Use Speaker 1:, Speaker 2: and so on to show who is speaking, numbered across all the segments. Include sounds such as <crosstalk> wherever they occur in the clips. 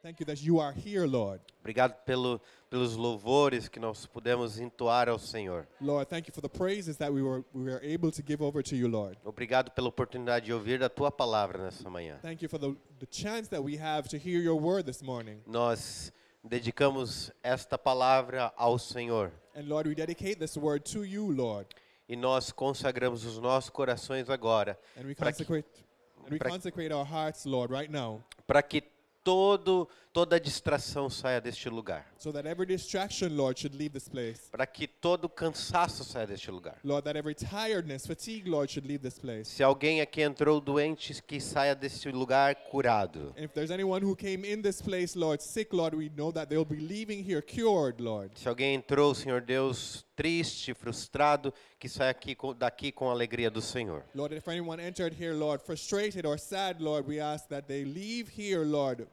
Speaker 1: Thank you that you are here, Lord.
Speaker 2: Obrigado pelo, pelos louvores que nós pudemos entoar ao Senhor.
Speaker 1: Lord, thank you for the praises that we were, we were able to give over to you, Lord.
Speaker 2: Obrigado pela oportunidade de ouvir a tua palavra nessa manhã.
Speaker 1: Thank you for the, the chance that we have to hear your word this morning.
Speaker 2: Nós dedicamos esta palavra ao Senhor
Speaker 1: And Lord, we dedicate this word to you, Lord.
Speaker 2: e nós consagramos os nossos corações agora
Speaker 1: And we
Speaker 2: para que,
Speaker 1: consecrate, and we
Speaker 2: pra-
Speaker 1: consecrate our hearts, Lord, right now,
Speaker 2: pra que todo, toda distração saia deste lugar.
Speaker 1: so that every distraction, Lord, should leave this place.
Speaker 2: Para que todo cansaço saia deste lugar.
Speaker 1: Lord, that every tiredness, fatigue, Lord, should leave this place.
Speaker 2: Se alguém aqui entrou doente, que saia deste lugar curado.
Speaker 1: And if there's anyone who came in this place, Lord, sick, Lord, we know that they'll be leaving here cured, Lord.
Speaker 2: Se alguém entrou, Senhor Deus, triste, frustrado, que saia aqui com- daqui com a alegria do Senhor.
Speaker 1: Lord, if anyone entered here, Lord, frustrated or sad, Lord, we ask that they leave here, Lord,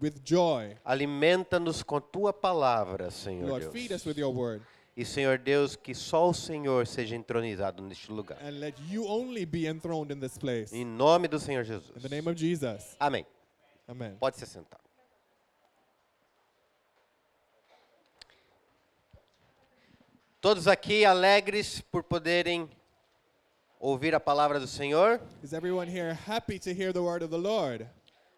Speaker 1: with joy.
Speaker 2: Alimenta-nos com a tua palavra, Senhor
Speaker 1: Lord,
Speaker 2: Deus.
Speaker 1: feed us with your word.
Speaker 2: E, Senhor Deus, que só o Senhor seja entronizado neste lugar.
Speaker 1: And let you only be enthroned in this place.
Speaker 2: Em nome do Senhor Jesus.
Speaker 1: In the name of Jesus.
Speaker 2: Amém.
Speaker 1: Amen.
Speaker 2: Pode se sentar. Todos aqui alegres por poderem ouvir a palavra do Senhor,
Speaker 1: Is everyone here happy to hear the word of the Lord?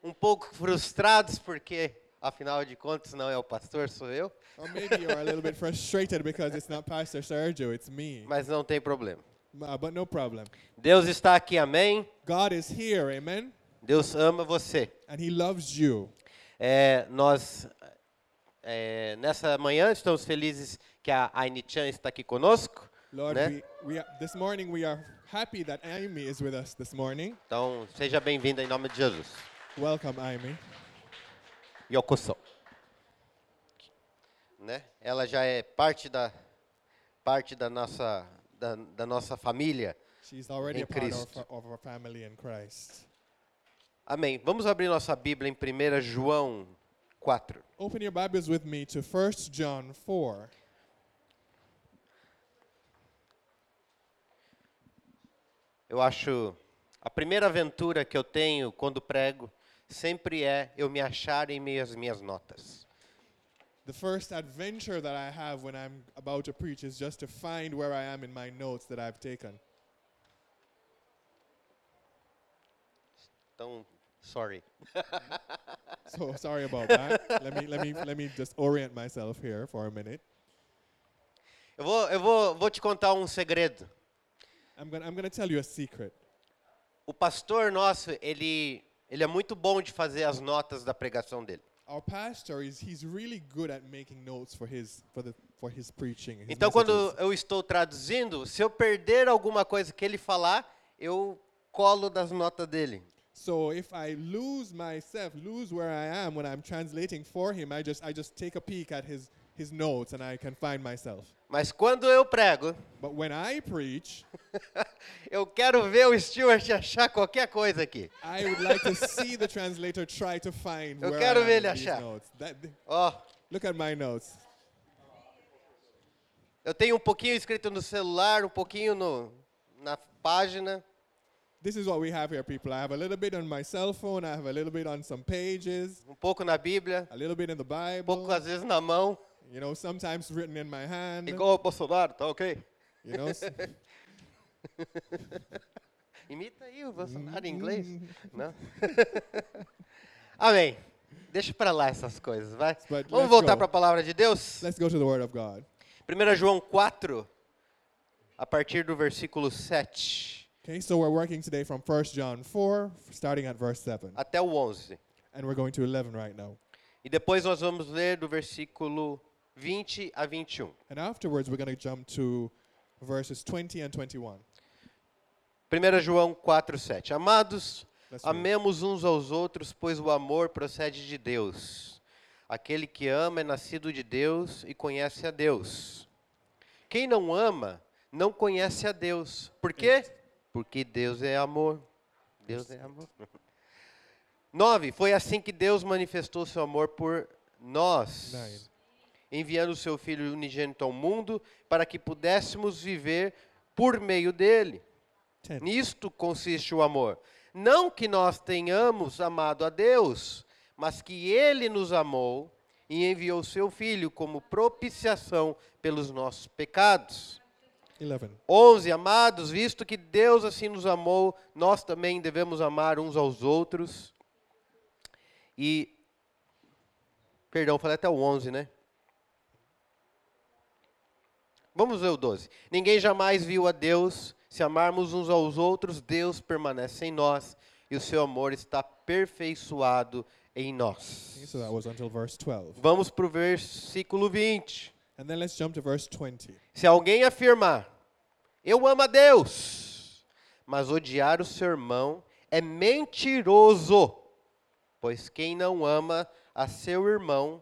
Speaker 2: um pouco frustrados porque afinal de contas não é o pastor, sou eu,
Speaker 1: Or maybe you're a little <laughs> bit frustrated because it's not Pastor Sergio, it's me.
Speaker 2: mas não tem problema.
Speaker 1: Uh, but no problem.
Speaker 2: Deus está aqui, amém?
Speaker 1: God is here, amen?
Speaker 2: Deus ama você.
Speaker 1: And he loves you.
Speaker 2: É, nós é, nessa manhã estamos felizes que a Aini-chan está aqui conosco,
Speaker 1: Lord,
Speaker 2: né?
Speaker 1: we, we are, this morning we are happy that Amy is with us this morning.
Speaker 2: Então, seja bem-vinda em nome de Jesus.
Speaker 1: Welcome, Amy.
Speaker 2: Yokoso. Né? Ela já é parte da parte da nossa da, da nossa família.
Speaker 1: She's already
Speaker 2: In
Speaker 1: a part of,
Speaker 2: Christ.
Speaker 1: our- of our family in Christ.
Speaker 2: Amém. Vamos abrir nossa Bíblia em 1 João 4.
Speaker 1: Open your Bibles with me to 1 John 4.
Speaker 2: 4. Eu acho a primeira aventura que eu tenho quando prego sempre é eu me achar em meio às minhas notas.
Speaker 1: The first adventure that I have when I'm about to preach is just to find where I am in my notes that I've taken.
Speaker 2: Então, sorry.
Speaker 1: So <laughs> sorry about that. let me let me let me just orient myself here for a minute.
Speaker 2: Eu vou eu vou vou te contar um segredo.
Speaker 1: I'm gonna I'm gonna tell you a secret.
Speaker 2: O pastor nosso, ele, ele é muito bom de fazer as notas da pregação dele.
Speaker 1: Our pastor is he's really good at making notes for his for the for his preaching. His
Speaker 2: Então, quando
Speaker 1: messages.
Speaker 2: eu estou traduzindo, se eu perder alguma coisa que ele falar, eu colo das notas dele.
Speaker 1: so if I lose myself, lose where I am when I'm translating for him, I just I just take a peek at his his notes and I can find myself.
Speaker 2: Mas quando eu prego,
Speaker 1: But when I preach,
Speaker 2: eu quero ver o Stuart achar qualquer coisa aqui.
Speaker 1: I would like to see the translator try to find
Speaker 2: Eu
Speaker 1: where
Speaker 2: quero
Speaker 1: I am
Speaker 2: ver ele
Speaker 1: in these
Speaker 2: achar.
Speaker 1: notes. That,
Speaker 2: Ó,
Speaker 1: look at my notes.
Speaker 2: eu tenho um pouquinho escrito no celular, um pouquinho no, na página.
Speaker 1: This is what we have here, people. I have a little bit on my cell phone. I have a little bit on some pages.
Speaker 2: Um pouco na Bíblia,
Speaker 1: A little bit in the
Speaker 2: um pouco
Speaker 1: Bible.
Speaker 2: às vezes na mão.
Speaker 1: You know, sometimes written in my hand.
Speaker 2: Igual o Bolsonaro, tá ok?
Speaker 1: You know, s-
Speaker 2: Imita aí o Bolsonaro em inglês. Não? <laughs> Amém. Deixa pra lá essas coisas, vai.
Speaker 1: But
Speaker 2: Vamos
Speaker 1: let's
Speaker 2: voltar
Speaker 1: go.
Speaker 2: para a palavra de Deus?
Speaker 1: let's go to the Word of God.
Speaker 2: 1 João 4, a partir do versículo 7
Speaker 1: Okay, so we're working today from 1 John 4, starting at verse 7.
Speaker 2: até o 11.
Speaker 1: And we're going to 11 right now.
Speaker 2: E depois nós vamos ler do versículo 20 a 21.
Speaker 1: And afterwards, we're going to jump to verses 20 and 21.
Speaker 2: 1 João 4, 7. Amados,
Speaker 1: Let's read.
Speaker 2: amemos uns aos outros, pois o amor procede de Deus. Aquele que ama é nascido de Deus e conhece a Deus. Quem não ama, não conhece a Deus. Por quê? Porque Deus é amor. Deus é amor. <laughs> 9. Foi assim que Deus manifestou seu amor por nós
Speaker 1: Nine.
Speaker 2: enviando o seu Filho unigênito ao mundo para que pudéssemos viver por meio dele.
Speaker 1: Ten.
Speaker 2: Nisto consiste o amor. Não que nós tenhamos amado a Deus, mas que ele nos amou e enviou seu filho como propiciação pelos nossos pecados.
Speaker 1: 11.
Speaker 2: 11, amados, visto que Deus assim nos amou, nós também devemos amar uns aos outros. E, perdão, falei até o 11, né? Vamos ler o 12. Ninguém jamais viu a Deus. Se amarmos uns aos outros, Deus permanece em nós e o seu amor está aperfeiçoado em nós.
Speaker 1: So that was until verse 12.
Speaker 2: Vamos para o versículo 20.
Speaker 1: And then let's jump to verse 20.
Speaker 2: Se alguém afirmar, eu amo a Deus, mas odiar o seu irmão é mentiroso, pois quem não ama a seu irmão,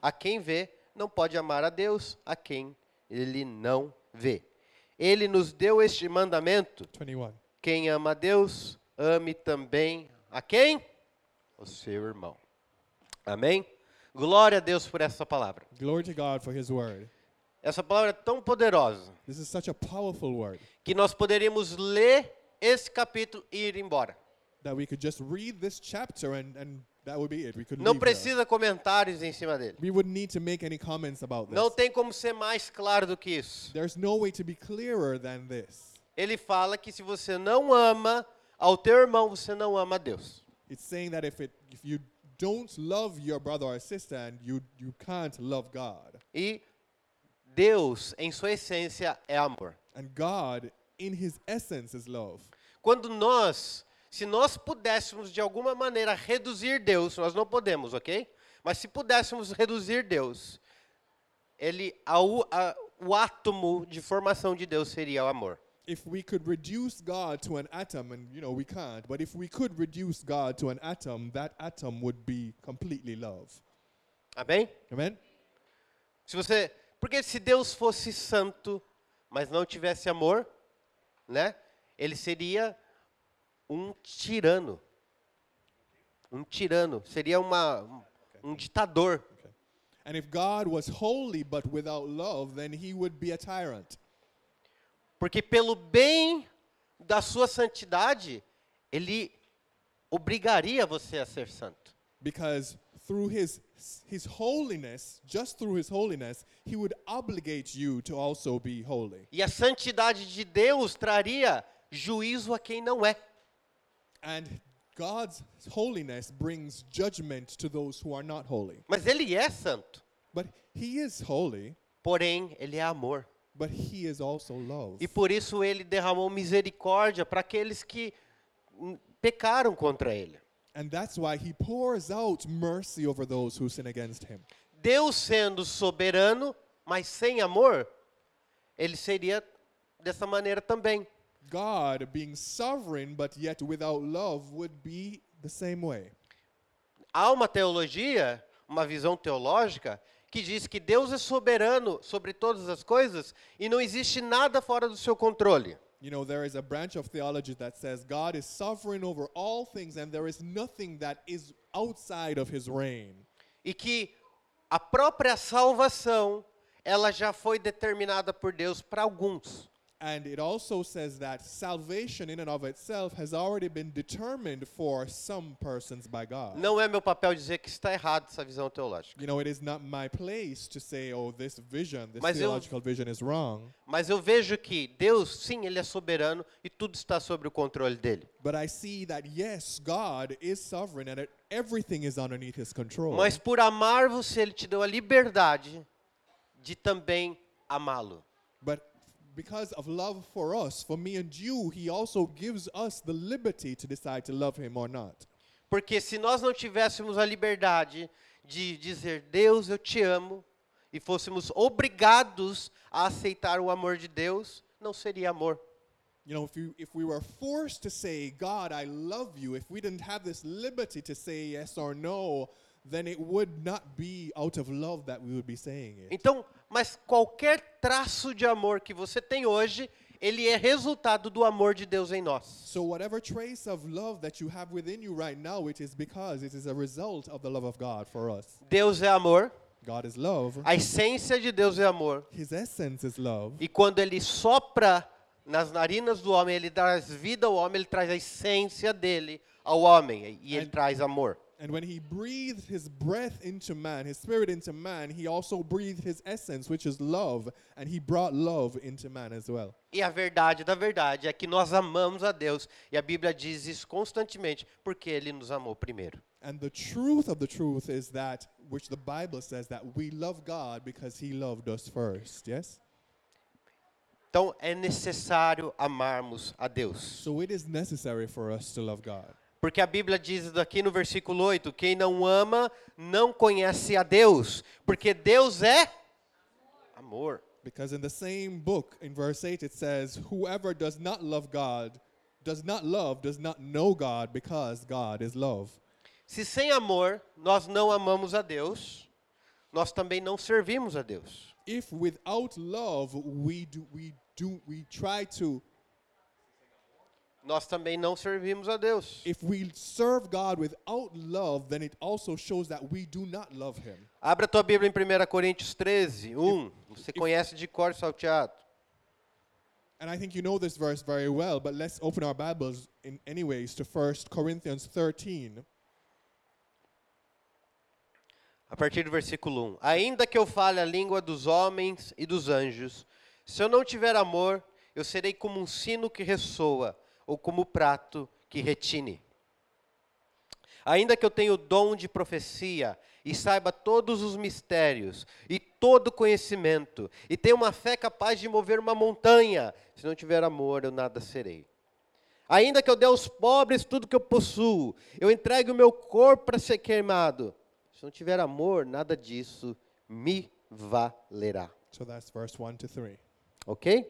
Speaker 2: a quem vê, não pode amar a Deus, a quem ele não vê. Ele nos deu este mandamento:
Speaker 1: 21.
Speaker 2: quem ama a Deus, ame também a quem? O seu irmão. Amém? Glória a Deus por essa palavra.
Speaker 1: Glory to God for his word.
Speaker 2: Essa palavra é tão poderosa
Speaker 1: This is such a powerful word
Speaker 2: que nós poderíamos ler esse capítulo e ir embora.
Speaker 1: that we could just read this chapter and, and that would be it. We could
Speaker 2: Não
Speaker 1: leave there.
Speaker 2: precisa comentários em cima dele.
Speaker 1: We wouldn't need to make any comments about this.
Speaker 2: Não tem como ser mais claro do que isso.
Speaker 1: There's no way to be clearer than this.
Speaker 2: Ele fala que se você não ama ao teu irmão, você não ama a Deus.
Speaker 1: It's saying that if, it, if you don't love your brother or sister and you, you can't love God,
Speaker 2: E Deus, em sua essência, é amor.
Speaker 1: and God in his essence is love.
Speaker 2: Quando nós, se nós pudéssemos de alguma maneira reduzir Deus, nós não podemos, ok? Mas se pudéssemos reduzir Deus, ele, a, o- a, o átomo de formação de Deus seria o amor.
Speaker 1: If we could reduce God to an atom, and you know we can't, but if we could reduce God to an atom, that atom would be completely love.
Speaker 2: Amém?
Speaker 1: Amen?
Speaker 2: Se você, porque se Deus fosse santo, mas não tivesse amor, né? Ele seria um tirano. Um tirano, seria uma um ditador.
Speaker 1: And if God was holy but without love, then he would be a tyrant.
Speaker 2: Porque pelo bem da sua santidade, ele obrigaria você a ser santo.
Speaker 1: Because through his, his holiness, just through his holiness, he would obligate you to also be holy.
Speaker 2: E a santidade de Deus traria juízo a quem não é.
Speaker 1: And God's holiness brings judgment to those who are not holy.
Speaker 2: Mas ele é santo,
Speaker 1: But he is holy,
Speaker 2: porém ele é amor.
Speaker 1: but he is also love.
Speaker 2: E por isso ele derramou misericórdia para aqueles que hum, pecaram contra ele.
Speaker 1: And that's why he pours out mercy over those who sin against him.
Speaker 2: Deus sendo soberano, mas sem amor, ele seria dessa maneira também.
Speaker 1: God, being sovereign but yet without love, would be the same way.
Speaker 2: Há uma teologia, uma visão teológica, que diz que Deus é soberano sobre todas as coisas e não existe nada fora do seu controle.
Speaker 1: You know, there is a branch of theology that says God is sovereign over all things and there is nothing that is outside of his reign.
Speaker 2: E que a própria salvação, ela já foi determinada por Deus para alguns.
Speaker 1: And it also says that salvation in and of itself has already been determined for some persons by God.
Speaker 2: Não é meu papel dizer que está errado essa visão teológica.
Speaker 1: You know, it is not my place to say, oh, this vision, this
Speaker 2: Mas eu-
Speaker 1: theological vision is wrong.
Speaker 2: Mas eu vejo que Deus, sim, Ele é soberano e tudo está sob o controle dele.
Speaker 1: But I see that, yes, God is sovereign and it, everything is underneath his control.
Speaker 2: Mas por amar você, Ele te deu a liberdade de também amá-lo.
Speaker 1: But because of love for us, for me and you, he also gives us the liberty to decide to love him or not.
Speaker 2: Porque se nós não tivéssemos a liberdade de dizer, Deus, eu te amo, e fôssemos obrigados a aceitar o amor de Deus, não seria amor.
Speaker 1: You know, if, you, if we were forced to say, God, I love you, if we didn't have this liberty to say yes or no, then it would not be out of love that we would be saying it.
Speaker 2: Então, mas qualquer traço de amor que você tem hoje, ele é resultado do amor de Deus em nós.
Speaker 1: So, whatever trace of love that you have within you right now, it is because it is a result of the love of God for us.
Speaker 2: Deus é amor,
Speaker 1: God is love,
Speaker 2: a essência de Deus é amor.
Speaker 1: his essence is love.
Speaker 2: E quando ele sopra nas narinas do homem, ele traz vida ao homem, ele traz a essência dele ao homem, e ele
Speaker 1: And-
Speaker 2: traz amor.
Speaker 1: And when he breathed his breath into man, his spirit into man, he also breathed his essence, which is love, and he brought love into man as well.
Speaker 2: E a verdade da verdade é que nós amamos a Deus. E a Bíblia diz isso constantemente, porque Ele nos amou primeiro.
Speaker 1: And the truth of the truth is that which the Bible says that we love God because he loved us first, yes?
Speaker 2: Então é necessário amarmos a Deus.
Speaker 1: So it is necessary for us to love God.
Speaker 2: Porque a Bíblia diz aqui no versículo 8: quem não ama não conhece a Deus, porque Deus é amor.
Speaker 1: Because in the same book, in verse 8, it says, Whoever does not love God, does not love, does not know God, because God is love.
Speaker 2: Se sem amor nós não amamos a Deus, nós também não servimos a Deus.
Speaker 1: If without love we do we do we try to
Speaker 2: Nós também não servimos a Deus.
Speaker 1: if we serve God without love, then it also shows that we do not love him.
Speaker 2: Abra tua Bíblia em 1 Coríntios 13, 1. Você conhece de cor e salteado.
Speaker 1: And I think you know this verse very well, but let's open our Bibles in anyways to 1 Corinthians 13.
Speaker 2: A partir do versículo 1. Ainda que eu fale a língua dos homens e dos anjos, se eu não tiver amor, eu serei como um sino que ressoa, ou como um prato que retine. Ainda que eu tenha o dom de profecia, e saiba todos os mistérios, e todo conhecimento, e tenha uma fé capaz de mover uma montanha, se não tiver amor, eu nada serei. Ainda que eu dê aos pobres tudo que eu possuo, eu entregue o meu corpo para ser queimado. Se não tiver amor, nada disso me valerá.
Speaker 1: So that's verse 1 to 3.
Speaker 2: Ok?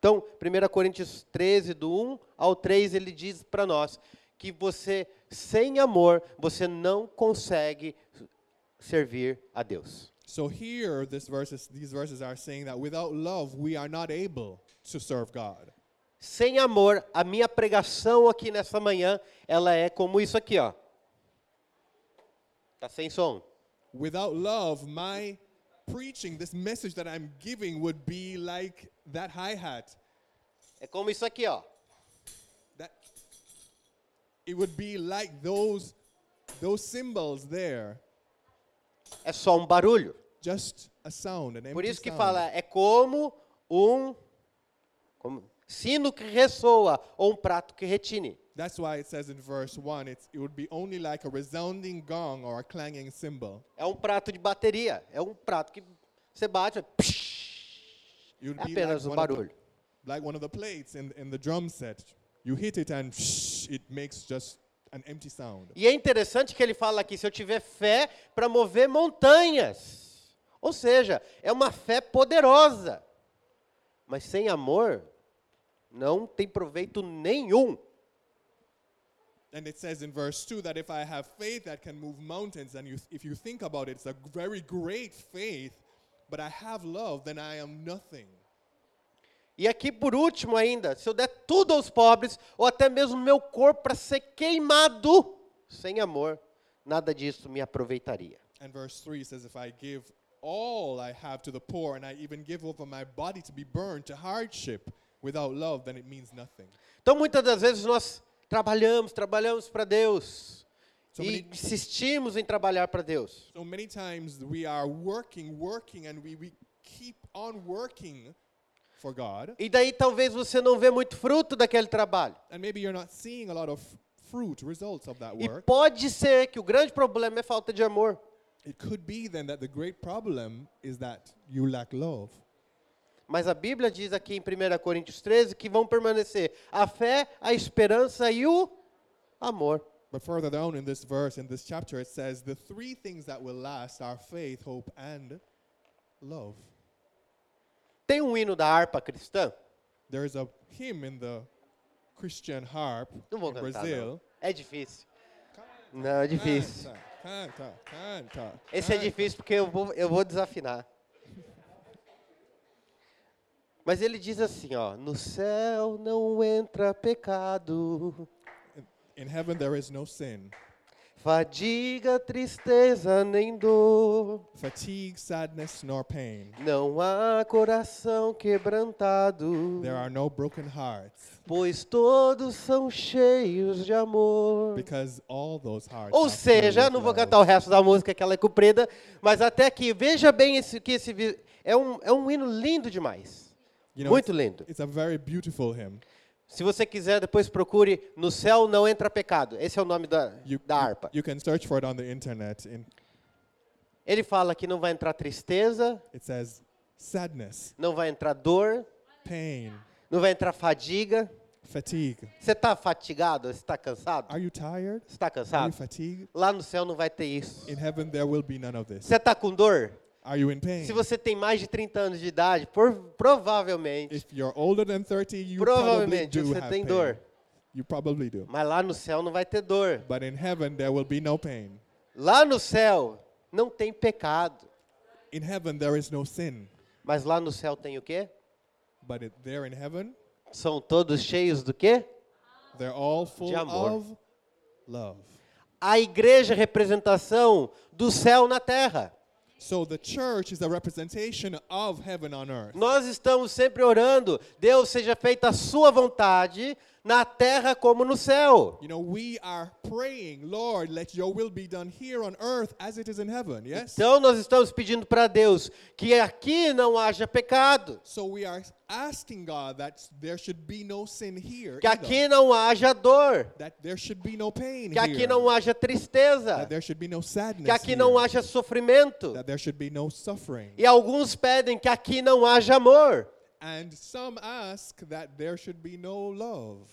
Speaker 2: Então, 1 Coríntios 13, do 1 ao 3, ele diz para nós que você, sem amor, você não consegue servir a Deus.
Speaker 1: So here this verses these verses are saying that without love we are not able to serve God.
Speaker 2: Sem amor, a minha pregação aqui nessa manhã, ela é como isso aqui, ó. Tá sem som.
Speaker 1: Without love, my preaching, this message that I'm giving would be like that hi-hat.
Speaker 2: É como isso aqui, ó.
Speaker 1: That it would be like those those symbols there.
Speaker 2: É só um barulho.
Speaker 1: Just a sound, an empty
Speaker 2: Por isso que
Speaker 1: sound.
Speaker 2: fala, é como um como- sino que ressoa ou um prato que retine.
Speaker 1: That's why it says in verse 1, it's, it would be only like a resounding gong or a clanging cymbal.
Speaker 2: É um prato de bateria. É um prato que você bate. psh.
Speaker 1: It would
Speaker 2: É
Speaker 1: be
Speaker 2: apenas um
Speaker 1: like, one of
Speaker 2: barulho.
Speaker 1: the, like one of the plates in, in the drum set. You hit it and it makes just an empty sound.
Speaker 2: E é interessante que ele fala aqui: se eu tiver fé para mover montanhas. Ou seja, é uma fé poderosa. Mas sem amor, não tem proveito nenhum.
Speaker 1: And it says in verse 2 that if I have faith that can move mountains, and you, if you think about it, it's a very great faith, but I have love, then I am nothing.
Speaker 2: E aqui por último ainda, se eu der tudo aos pobres, ou até mesmo meu corpo para ser queimado, sem amor, nada disso me aproveitaria.
Speaker 1: And verse 3 says, If I give all I have to the poor, and I even give over my body to be burned to hardship without love, then it means nothing.
Speaker 2: Então muitas das vezes nós trabalhamos, trabalhamos para Deus.
Speaker 1: So
Speaker 2: e
Speaker 1: many-
Speaker 2: insistimos em trabalhar para Deus.
Speaker 1: So many times we are working, working, and we, we keep on working for God,
Speaker 2: E daí talvez você não vê muito fruto daquele trabalho.
Speaker 1: and maybe you're not seeing a lot of fruit, results of that
Speaker 2: E
Speaker 1: work.
Speaker 2: pode ser que o grande problema é falta de amor.
Speaker 1: It could be then that the great problem is that you lack love.
Speaker 2: Mas a Bíblia diz aqui em 1 Coríntios 13 que vão permanecer a fé, a esperança e o amor.
Speaker 1: But further down in this verse, in this chapter, it says the three things that will last are faith, hope, and love.
Speaker 2: Tem um hino da harpa cristã?
Speaker 1: There is a hymn in the Christian harp
Speaker 2: Não vou
Speaker 1: in
Speaker 2: cantar.
Speaker 1: Brazil.
Speaker 2: Não. É difícil. Não, é difícil.
Speaker 1: Canta, canta, canta,
Speaker 2: Esse é
Speaker 1: canta.
Speaker 2: difícil porque eu vou, eu vou desafinar. Mas ele diz assim, ó, no céu não entra pecado.
Speaker 1: In heaven there is no sin.
Speaker 2: Fadiga, tristeza, nem dor.
Speaker 1: fatigue, sadness, nor pain.
Speaker 2: Não há coração quebrantado,
Speaker 1: There are no broken hearts
Speaker 2: pois todos são cheios de amor.
Speaker 1: because all those hearts.
Speaker 2: Ou
Speaker 1: are filled
Speaker 2: seja,
Speaker 1: with
Speaker 2: não vou
Speaker 1: love.
Speaker 2: cantar o resto da música que ela é comprida, mas até aqui, veja bem esse que esse vi- é um, é um hino lindo demais.
Speaker 1: You know,
Speaker 2: Muito
Speaker 1: it's-
Speaker 2: lindo.
Speaker 1: It's a very beautiful hymn.
Speaker 2: Se você quiser, depois procure No Céu Não Entra Pecado. Esse é o nome da,
Speaker 1: You,
Speaker 2: da harpa.
Speaker 1: you can search for it on the internet. In,
Speaker 2: Ele fala que não vai entrar tristeza,
Speaker 1: it says sadness,
Speaker 2: não vai entrar dor,
Speaker 1: pain,
Speaker 2: não vai entrar fadiga.
Speaker 1: fatigue.
Speaker 2: Você está fatigado? Você está cansado?
Speaker 1: Are you tired?
Speaker 2: Você está
Speaker 1: Are you
Speaker 2: cansado?
Speaker 1: fatigued?
Speaker 2: Lá no céu não vai ter isso.
Speaker 1: In heaven there will be none of this.
Speaker 2: Você está com dor?
Speaker 1: Are you in pain?
Speaker 2: Se você tem mais de 30 anos de idade, por- provavelmente,
Speaker 1: If you're older than 30, you probably
Speaker 2: provavelmente
Speaker 1: do
Speaker 2: você
Speaker 1: have
Speaker 2: tem
Speaker 1: pain.
Speaker 2: dor.
Speaker 1: You probably do.
Speaker 2: Mas lá no céu não vai ter dor.
Speaker 1: But in heaven there will be no pain.
Speaker 2: Lá no céu não tem pecado.
Speaker 1: In heaven there is no sin.
Speaker 2: Mas lá no céu tem o quê?
Speaker 1: But it, there in heaven
Speaker 2: São todos cheios do quê?
Speaker 1: they're all full
Speaker 2: amor.
Speaker 1: of love.
Speaker 2: A igreja é representação do céu na terra.
Speaker 1: So the church is a representation of heaven on earth.
Speaker 2: Nós estamos sempre orando, Deus seja feita a sua vontade na terra como no céu.
Speaker 1: You know, we are praying, Lord, let your will be done here on earth as it is in heaven. Yes?
Speaker 2: Então nós estamos pedindo para Deus que aqui não haja pecado,
Speaker 1: So we are asking God that there should be no sin here.
Speaker 2: que
Speaker 1: either.
Speaker 2: aqui não haja dor,
Speaker 1: that there should be no pain
Speaker 2: que aqui
Speaker 1: here.
Speaker 2: não haja tristeza,
Speaker 1: that there should be no
Speaker 2: que
Speaker 1: sadness
Speaker 2: aqui não
Speaker 1: here.
Speaker 2: haja sofrimento.
Speaker 1: that there should be no suffering.
Speaker 2: E alguns pedem que aqui não haja amor.
Speaker 1: And some ask that there should be no love.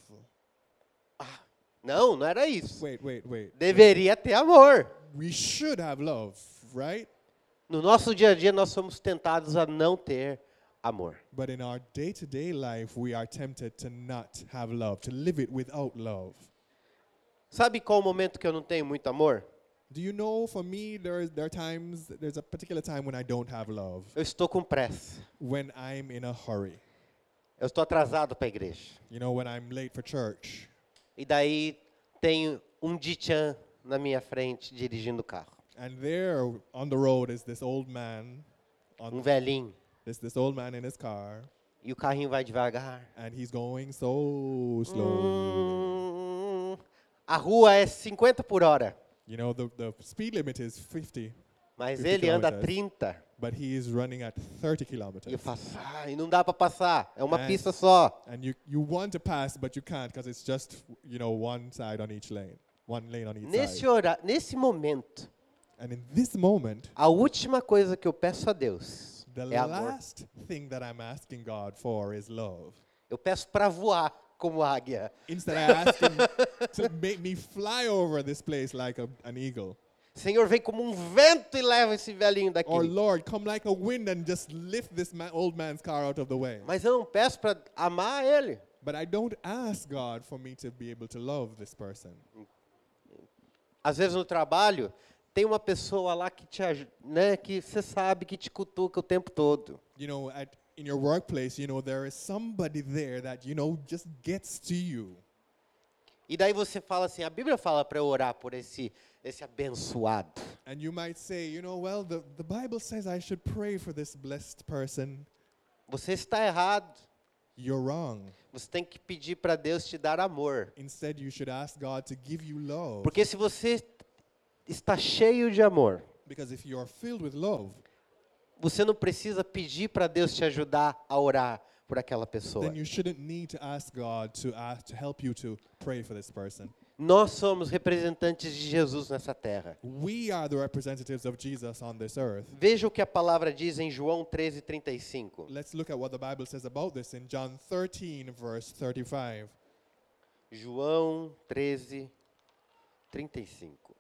Speaker 2: Não, não era isso.
Speaker 1: Wait, wait, wait.
Speaker 2: Deveria ter amor.
Speaker 1: We should have love, right?
Speaker 2: No nosso dia a dia nós somos tentados a não ter amor.
Speaker 1: But in our day to day life, we are tempted to not have love, to live it without love.
Speaker 2: Sabe qual o momento que eu não tenho muito amor?
Speaker 1: Do you know for me, there, is, there are times, there's a particular time when I don't have love,
Speaker 2: Eu estou com pressa.
Speaker 1: when I'm in a hurry,
Speaker 2: Eu estou atrasado para a igreja.
Speaker 1: you know, when I'm late for church.
Speaker 2: E daí tem um Dichan na minha frente dirigindo o carro.
Speaker 1: And there on the road is this old man,
Speaker 2: Um
Speaker 1: on,
Speaker 2: velhinho.
Speaker 1: there's this old man in his car,
Speaker 2: E o carrinho vai devagar.
Speaker 1: and he's going so slow.
Speaker 2: Mm. Hum, a rua é 50 por hora.
Speaker 1: You know, the, the speed limit is 50,
Speaker 2: Mas
Speaker 1: 50
Speaker 2: ele anda
Speaker 1: quilômetros.
Speaker 2: 30.
Speaker 1: but he is running at 30
Speaker 2: E eu
Speaker 1: kilometers.
Speaker 2: faço, ai, não dá para passar. É uma
Speaker 1: É.
Speaker 2: pista só.
Speaker 1: And you, you want to pass, but you can't because it's just, you know, one side on each lane, one lane on each
Speaker 2: Nesse,
Speaker 1: side.
Speaker 2: hora, nesse momento,
Speaker 1: And in this moment,
Speaker 2: a última coisa que eu peço a Deus
Speaker 1: the
Speaker 2: é amor.
Speaker 1: last thing that I'm asking God for is love.
Speaker 2: Eu peço para voar como águia.
Speaker 1: Instead, I ask Him to make me fly over this place like a, an eagle.
Speaker 2: Senhor, vem como um vento e leva esse velhinho daqui.
Speaker 1: Or, Lord, come like a wind and just lift this ma- old man's car out of the way.
Speaker 2: Mas eu não peço para amar ele.
Speaker 1: But I don't ask God for me to be able to love this person.
Speaker 2: Às vezes no trabalho tem uma pessoa lá que te aju- né, que você sabe que te cutuca o tempo todo.
Speaker 1: You know, at, in your workplace, you know, there is somebody there that, you know, just gets to you.
Speaker 2: E daí você fala assim, a Bíblia fala para eu orar por esse esse abençoado.
Speaker 1: And you might say, you know, well, the, the Bible says I should pray for this blessed person.
Speaker 2: Você está errado.
Speaker 1: You're wrong.
Speaker 2: Você tem que pedir para Deus te dar amor.
Speaker 1: Instead, you should ask God to give you love.
Speaker 2: Porque se você está cheio de amor,
Speaker 1: Because if you are filled with love,
Speaker 2: você não precisa pedir para Deus te ajudar a orar por aquela pessoa.
Speaker 1: then you shouldn't need to ask God to, ask, to help you to pray for this person.
Speaker 2: Nós somos representantes de Jesus nessa terra.
Speaker 1: We are the representatives of Jesus on this earth.
Speaker 2: Veja o que a palavra diz em João 13:35.
Speaker 1: Let's look at what the Bible says about this in John 13, verse 35.
Speaker 2: João 13, 35.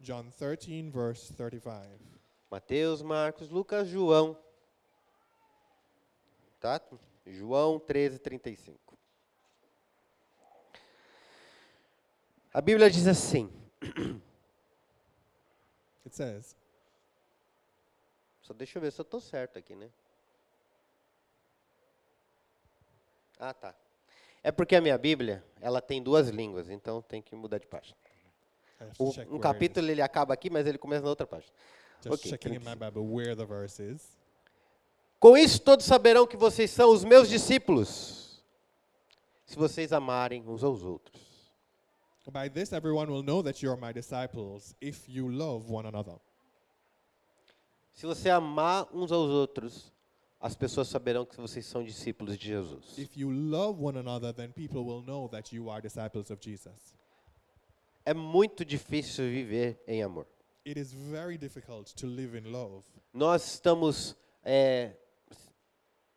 Speaker 1: John 13, verse 35.
Speaker 2: Mateus, Marcos, Lucas, João. Tá? João 13, 35. A Bíblia diz assim.
Speaker 1: It says,
Speaker 2: Só deixa eu ver se eu estou certo aqui, né? Ah, tá. É porque a minha Bíblia, ela tem duas línguas, então tem que mudar de página.
Speaker 1: I have to
Speaker 2: O-
Speaker 1: check
Speaker 2: um
Speaker 1: where
Speaker 2: capítulo ele acaba aqui, mas ele começa na outra página.
Speaker 1: it is. Just
Speaker 2: okay,
Speaker 1: checking in my Bible where the verse is.
Speaker 2: Com isso todos saberão que vocês são os meus discípulos, se vocês amarem uns aos outros.
Speaker 1: By this, everyone will know that you're my disciples if you love one another.
Speaker 2: Se você amar uns aos outros, as pessoas saberão que vocês são discípulos de Jesus.
Speaker 1: If you love one another, then people will know that you are disciples of Jesus.
Speaker 2: É muito difícil viver em amor.
Speaker 1: It is very difficult to live in love.
Speaker 2: Nós estamos é,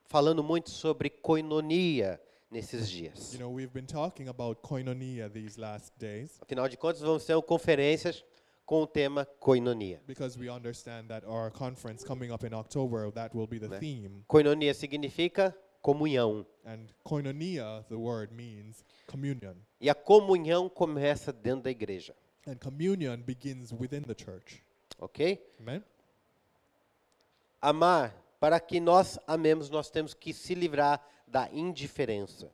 Speaker 2: falando muito sobre coinonia nesses dias.
Speaker 1: You know, we've been talking about koinonia these last days
Speaker 2: Afinal de contas, vamos ter conferências com o tema coinonia.
Speaker 1: because we understand that our conference coming up in October, that will be the
Speaker 2: Right.
Speaker 1: theme.
Speaker 2: Coinonia significa comunhão.
Speaker 1: And koinonia, the word means communion.
Speaker 2: E a comunhão começa dentro da igreja,
Speaker 1: And communion begins within the church.
Speaker 2: ok?
Speaker 1: Amen?
Speaker 2: Amar, para que nós amemos, nós temos que se livrar da indiferença.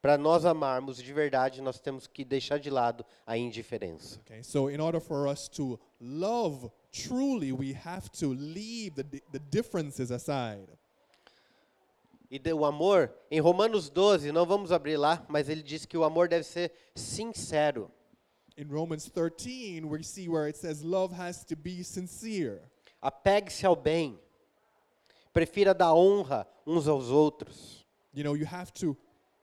Speaker 2: Para nós amarmos de verdade, nós temos que deixar de lado a indiferença.
Speaker 1: Okay, so in order for us to love truly, we have to leave the, di- the differences aside.
Speaker 2: E de- o amor, em Romanos 12, não vamos abrir lá, mas ele diz que o amor deve ser sincero.
Speaker 1: In Romans 13, we see where it says, Love has to be sincere.
Speaker 2: Apegue-se ao bem. Prefira dar honra uns aos outros.
Speaker 1: You know, you have to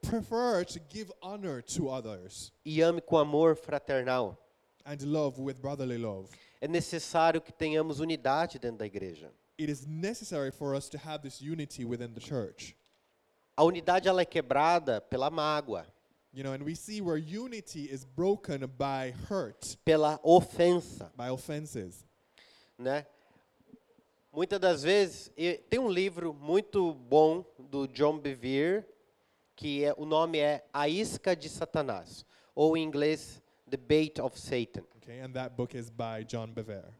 Speaker 1: prefer to give honor to others
Speaker 2: E ame com amor fraternal.
Speaker 1: and love with brotherly love.
Speaker 2: É necessário que tenhamos unidade dentro da igreja.
Speaker 1: It is necessary for us to have this unity within the church.
Speaker 2: A unidade ela é quebrada pela mágoa,
Speaker 1: You know, and we see where unity is broken by hurt,
Speaker 2: pela ofensa,
Speaker 1: by offenses.
Speaker 2: né? Muitas das vezes, e tem um livro muito bom do John Bevere, que é, o nome é A Isca de Satanás, ou em inglês The Bait of Satan.
Speaker 1: Okay, and that book is by John Bevere.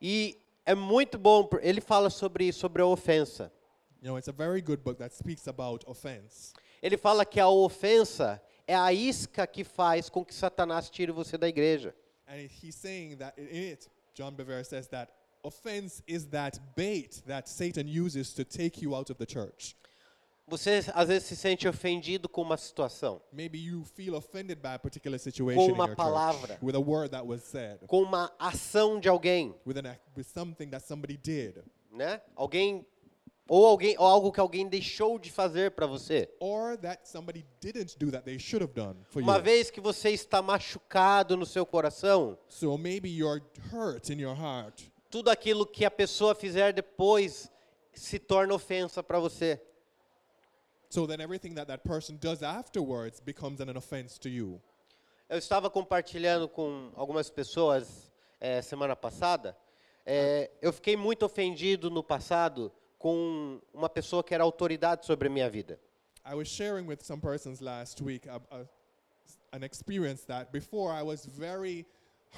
Speaker 2: E é muito bom, por- ele fala sobre isso, sobre a ofensa.
Speaker 1: You know, it's a very good book that speaks about offense.
Speaker 2: Ele fala que a ofensa é a isca que faz com que Satanás tire você da igreja.
Speaker 1: And it- he's saying that in it, John Bevere says that offense is that bait that Satan uses to take you out of the church.
Speaker 2: Você às vezes se sente ofendido com uma situação,
Speaker 1: Maybe you feel offended by a particular situation in
Speaker 2: uma
Speaker 1: your
Speaker 2: palavra.
Speaker 1: church, with a word that was said,
Speaker 2: com uma ação de alguém,
Speaker 1: with, an, ac- with something that somebody did,
Speaker 2: né? Alguém ou alguém ou algo que alguém deixou de fazer para você.
Speaker 1: or that somebody didn't do that they should have done for
Speaker 2: Uma
Speaker 1: you.
Speaker 2: vez que você está machucado no seu coração,
Speaker 1: So maybe you're hurt in your heart.
Speaker 2: tudo aquilo que a pessoa fizer depois se torna ofensa para você.
Speaker 1: So then everything that that person does afterwards becomes an offense to you.
Speaker 2: Eu estava compartilhando com algumas pessoas eh, semana passada. Eh, eu fiquei muito ofendido no passado com uma pessoa que era autoridade sobre a minha vida.
Speaker 1: I was sharing with some persons last week ab- a- s- an experience that before I was very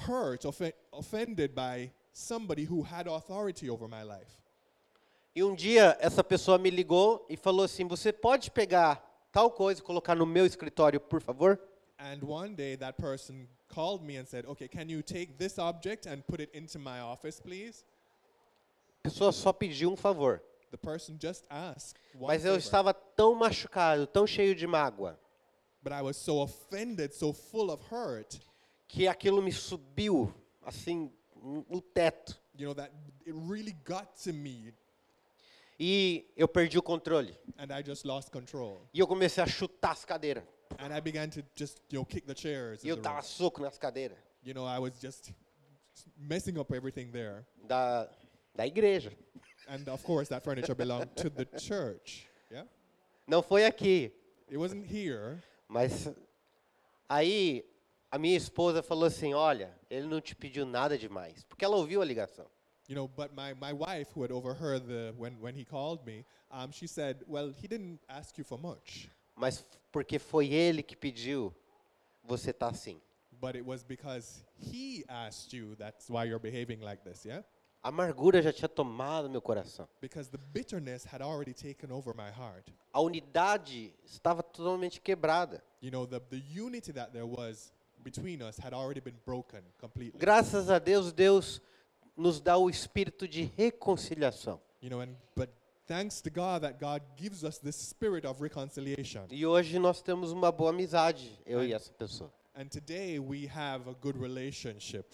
Speaker 1: hurt, offen- offended by somebody who had authority over my life.
Speaker 2: E um dia essa pessoa me ligou e falou assim: Você pode pegar tal coisa e colocar no meu escritório, por favor?
Speaker 1: And one day that person called me and said, Okay, can you take this object and put it into my office, please?
Speaker 2: A pessoa só pediu um favor.
Speaker 1: The person just asked. one
Speaker 2: Mas eu
Speaker 1: favor.
Speaker 2: estava tão machucado, tão cheio de mágoa,
Speaker 1: but I was so offended, so full of hurt,
Speaker 2: que aquilo me subiu assim no teto.
Speaker 1: you know, that it really got to me
Speaker 2: E eu perdi o controle.
Speaker 1: and I just lost control.
Speaker 2: E eu comecei a chutar as cadeiras.
Speaker 1: And I began to just, you know, kick the chairs.
Speaker 2: E
Speaker 1: in
Speaker 2: eu
Speaker 1: the room.
Speaker 2: dava soco nas cadeiras
Speaker 1: you know, I was just messing up everything there.
Speaker 2: da, da igreja.
Speaker 1: And of course, that furniture belonged to the church. Yeah.
Speaker 2: Não foi aqui,
Speaker 1: It wasn't here.
Speaker 2: mas aí a minha esposa falou assim: Olha, ele não te pediu nada demais. Porque ela ouviu a ligação.
Speaker 1: You know, but my, my wife, who had overheard the when, when he called me, um, she said, Well, he didn't ask you for much,
Speaker 2: Mas porque foi ele que pediu, você tá assim.
Speaker 1: but it was because he asked you. That's why you're behaving like this, yeah?
Speaker 2: A amargura já tinha tomado meu coração.
Speaker 1: Because the bitterness had already taken over my heart.
Speaker 2: A unidade estava totalmente quebrada.
Speaker 1: You know, the, the unity that there was between us had already been broken completely.
Speaker 2: Graças a Deus, Deus nos dá o espírito de reconciliação.
Speaker 1: You know, and but thanks to God that God gives us this spirit of reconciliation.
Speaker 2: E hoje nós temos uma boa amizade, eu e essa pessoa.
Speaker 1: And today we have a good relationship.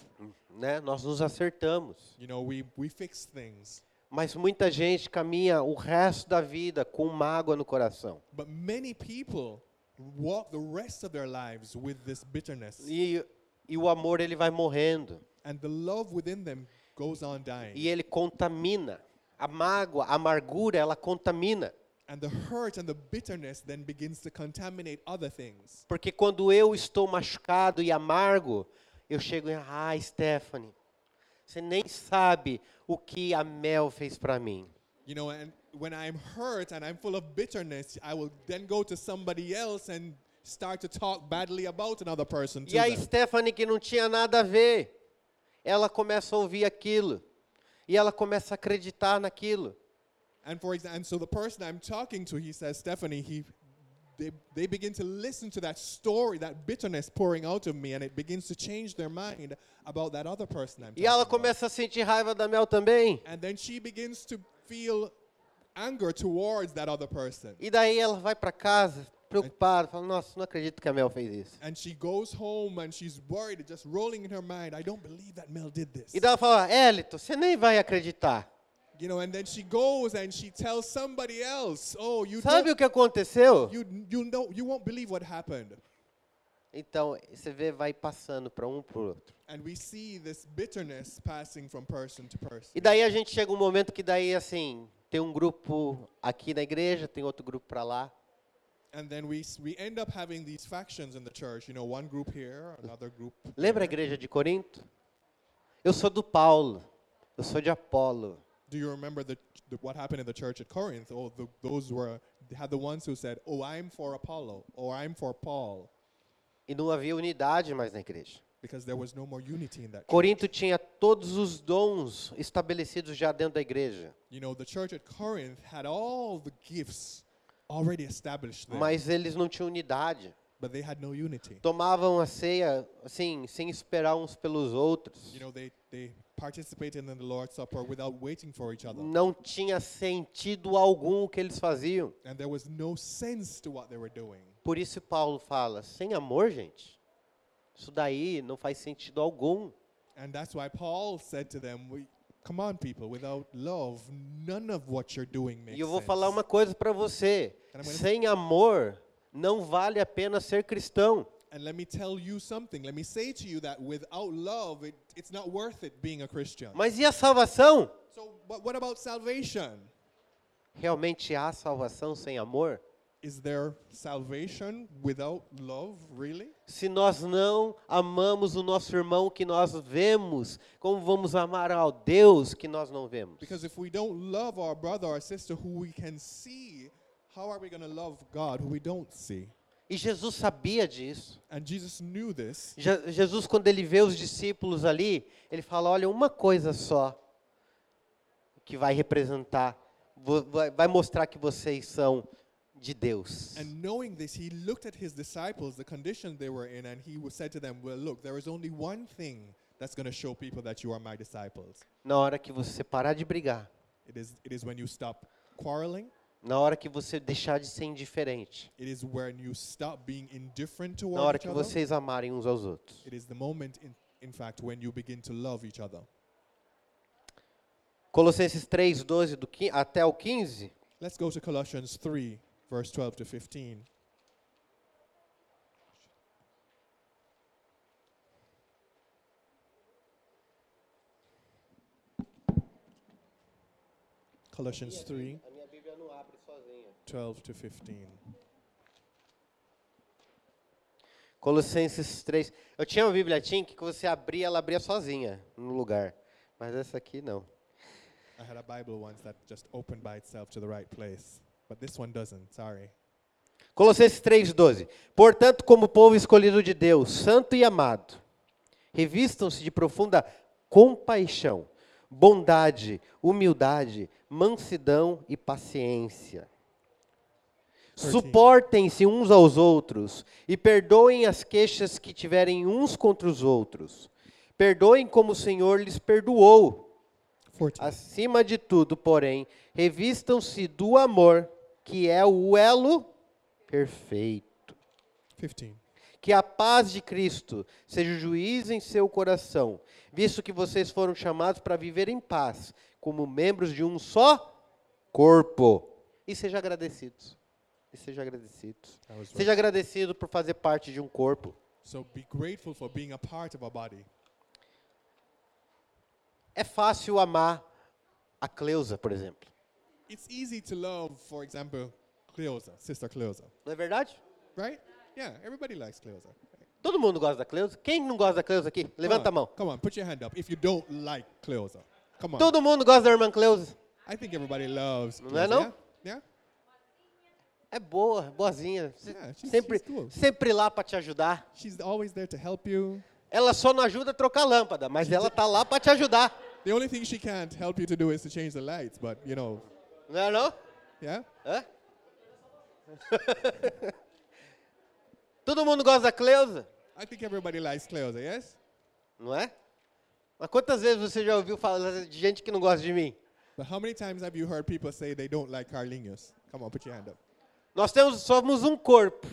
Speaker 2: Né? Nós nos acertamos.
Speaker 1: You know, we, we fix things.
Speaker 2: Mas muita gente caminha o resto da vida com mágoa no coração.
Speaker 1: But many people walk the rest of their lives with this bitterness.
Speaker 2: E, e o amor ele vai morrendo.
Speaker 1: And the love within them goes on dying.
Speaker 2: E ele contamina. A mágoa, a amargura, ela contamina.
Speaker 1: And the hurt and the bitterness then begins to contaminate other things.
Speaker 2: Porque quando eu estou machucado e amargo, eu chego e, ah, Stephanie, você nem sabe o que a Mel fez para mim.
Speaker 1: You know, and when I'm hurt and I'm full of bitterness, I will then go to somebody else and start to talk badly about another person. To
Speaker 2: E a
Speaker 1: them.
Speaker 2: Stephanie, que não tinha nada a ver, ela começa a ouvir aquilo. E ela começa a acreditar naquilo.
Speaker 1: And for example, and so the person I'm talking to, he says, Stephanie, he, they, they begin to listen to that story, that bitterness pouring out of me, and it begins to change their mind about that other person I'm talking
Speaker 2: E ela
Speaker 1: about.
Speaker 2: começa a sentir raiva da Mel também.
Speaker 1: And then she begins to feel anger towards that other person.
Speaker 2: E daí ela vai para casa preocupada, fala: Nossa, não acredito que a Mel fez isso.
Speaker 1: And she goes home and she's worried, just rolling in her mind, I don't believe that Mel did this.
Speaker 2: E daí ela fala: Hélito, você nem vai acreditar.
Speaker 1: You know, and then she goes and she tells somebody else, "Oh, you
Speaker 2: Sabe
Speaker 1: don't,
Speaker 2: o que aconteceu?
Speaker 1: you you know you won't believe what happened."
Speaker 2: Então, você vê, vai passando para um para outro.
Speaker 1: And we see this bitterness passing from person to person.
Speaker 2: E daí a gente chega um momento que daí assim, tem um grupo aqui na igreja, tem outro grupo para lá.
Speaker 1: And then we s- we end up having these factions in the church. You know, one group here, another group.
Speaker 2: Lembra a
Speaker 1: there.
Speaker 2: igreja de Corinto? Eu sou do Paulo, eu sou de Apolo.
Speaker 1: Do you remember the, the what happened in the church at Corinth? Oh, the, those were they had the ones who said, "Oh, I'm for Apollo," or "I'm for Paul,"
Speaker 2: E não havia unidade mais na igreja.
Speaker 1: because there was no more unity in that. church.
Speaker 2: Corinto tinha todos os dons estabelecidos já dentro da igreja,
Speaker 1: You know, the church at Corinth had all the gifts already established there.
Speaker 2: mas eles não tinham unidade.
Speaker 1: but they had no unity.
Speaker 2: Tomavam a ceia, assim, sem esperar uns pelos outros.
Speaker 1: You know, they, they participated in the Lord's Supper without waiting for each other.
Speaker 2: Não tinha sentido algum o que eles faziam.
Speaker 1: And there was no sense to what they were doing.
Speaker 2: Por isso Paulo fala, sem amor, gente, isso daí não faz sentido algum.
Speaker 1: And that's why Paul said to them, we, Come on, people, without love, none of what you're doing makes
Speaker 2: E eu vou
Speaker 1: sense.
Speaker 2: falar uma coisa para você,
Speaker 1: Cara, mas-
Speaker 2: sem amor não vale a pena ser cristão.
Speaker 1: And let me tell you something. Let me say to you that without love, it, it's not worth it being a Christian.
Speaker 2: Mas e a salvação?
Speaker 1: so, but what about salvation?
Speaker 2: Realmente há salvação sem amor?
Speaker 1: Is there salvation without love, really?
Speaker 2: Se nós não amamos o nosso irmão que nós vemos, como vamos amar ao Deus que nós não vemos?
Speaker 1: Because if we don't love our brother or sister who we can see, how are we going to love God who we don't see?
Speaker 2: E Jesus sabia disso.
Speaker 1: And Jesus knew this.
Speaker 2: Je- Jesus, quando ele vê os discípulos ali, ele fala: olha, uma coisa só que vai representar, vo- vai vai mostrar que vocês são de Deus.
Speaker 1: And knowing this, he looked at his disciples, the condition they were in, and he wa- said to them, Well, look, there is only one thing that's going to show people that you are my disciples.
Speaker 2: Na hora que você parar de brigar,
Speaker 1: It is, it is when you stop quarreling,
Speaker 2: na hora que você deixar de ser indiferente,
Speaker 1: it is when you stop being indifferent
Speaker 2: na
Speaker 1: towards
Speaker 2: hora
Speaker 1: each
Speaker 2: que
Speaker 1: other.
Speaker 2: vocês amarem uns aos outros.
Speaker 1: It is the moment, in, in fact, when you begin to love each other.
Speaker 2: Colossenses 3, 12 do qui- até o 15.
Speaker 1: Let's go to Colossians 3, verse 12 to 15. Colossians 3,
Speaker 2: A minha Bíblia não abre sozinha.
Speaker 1: 12 to 15.
Speaker 2: Colossenses 3. Eu tinha uma Bíblia Tim que você abria, ela abria sozinha no lugar. Mas essa aqui não.
Speaker 1: I had a Bible once that just opened by itself to the right place, but this one doesn't, sorry.
Speaker 2: Colossenses 3,12. Portanto, como povo escolhido de Deus, santo e amado, revistam-se de profunda compaixão, bondade, humildade, mansidão e paciência. Suportem-se uns aos outros e perdoem as queixas que tiverem uns contra os outros. Perdoem como o Senhor lhes perdoou.
Speaker 1: 14.
Speaker 2: Acima de tudo, porém, revistam-se do amor, que é o elo perfeito.
Speaker 1: 15.
Speaker 2: Que a paz de Cristo seja o juiz em seu coração, visto que vocês foram chamados para viver em paz, como membros de um só corpo. E sejam agradecidos. E sejam agradecidos.
Speaker 1: That was
Speaker 2: Seja agradecido por fazer parte de um corpo.
Speaker 1: So be grateful for being a part of a body.
Speaker 2: É fácil amar a Cleusa, por exemplo.
Speaker 1: It's easy to love, for example, Cleosa, Sister Cleosa,
Speaker 2: Não é verdade?
Speaker 1: right? Yeah, everybody likes Cleosa.
Speaker 2: Todo mundo gosta da Cleusa. Quem não gosta da Cleusa aqui? Levanta a mão.
Speaker 1: Come on, put your hand up if you don't like Cleosa. Come on.
Speaker 2: Todo mundo gosta da irmã Cleusa.
Speaker 1: I think everybody loves
Speaker 2: Não
Speaker 1: Cleosa.
Speaker 2: é não?
Speaker 1: Yeah? yeah?
Speaker 2: É boa, boazinha. Se-
Speaker 1: Yeah, she's-
Speaker 2: sempre,
Speaker 1: she's cool.
Speaker 2: sempre lá para te ajudar.
Speaker 1: She's always there to help you.
Speaker 2: Ela só não ajuda a trocar lâmpada, mas ela tá lá para te ajudar.
Speaker 1: The only thing she can't help you to do is to change the lights, but you know,
Speaker 2: Não é não?
Speaker 1: yeah?
Speaker 2: Hã? <laughs> Todo mundo gosta da Cleusa,
Speaker 1: I think everybody likes Cleosa, yes?
Speaker 2: não é? Mas quantas vezes você já ouviu falar de gente que não gosta de mim?
Speaker 1: But how many times have you heard people say they don't like Carlinhos? Come on, put your hand up.
Speaker 2: Nós temos, somos um corpo.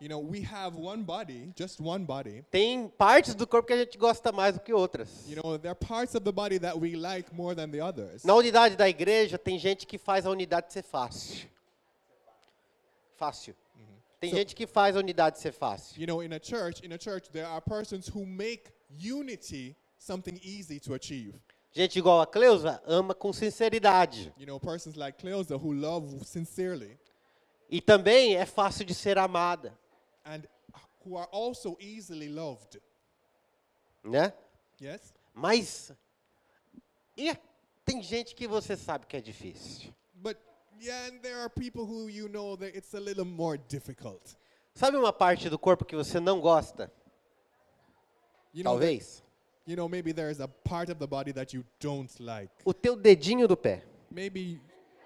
Speaker 1: You know, we have one body, just one body.
Speaker 2: Tem partes do corpo que a gente gosta mais do que outras.
Speaker 1: You know, there are parts of the body that we like more than the others.
Speaker 2: Na unidade da igreja, tem gente que faz a unidade ser fácil. Fácil. Tem
Speaker 1: So-
Speaker 2: gente que faz a unidade ser fácil.
Speaker 1: You know, in a church, in a church, there are persons who make unity something easy to achieve.
Speaker 2: Gente igual a Cleusa ama com sinceridade.
Speaker 1: You know, persons like Cleusa who love sincerely
Speaker 2: E também é fácil de ser amada,
Speaker 1: and who are also easily loved.
Speaker 2: né?
Speaker 1: Yes?
Speaker 2: Mas e a- tem gente que você sabe que é difícil.
Speaker 1: But yeah, and there are people who you know that it's a little more difficult.
Speaker 2: Sabe uma parte do corpo que você não gosta?
Speaker 1: You know, that-
Speaker 2: Talvez.
Speaker 1: you know, maybe there's a part of the body that you don't like.
Speaker 2: O teu dedinho do pé,
Speaker 1: Maybe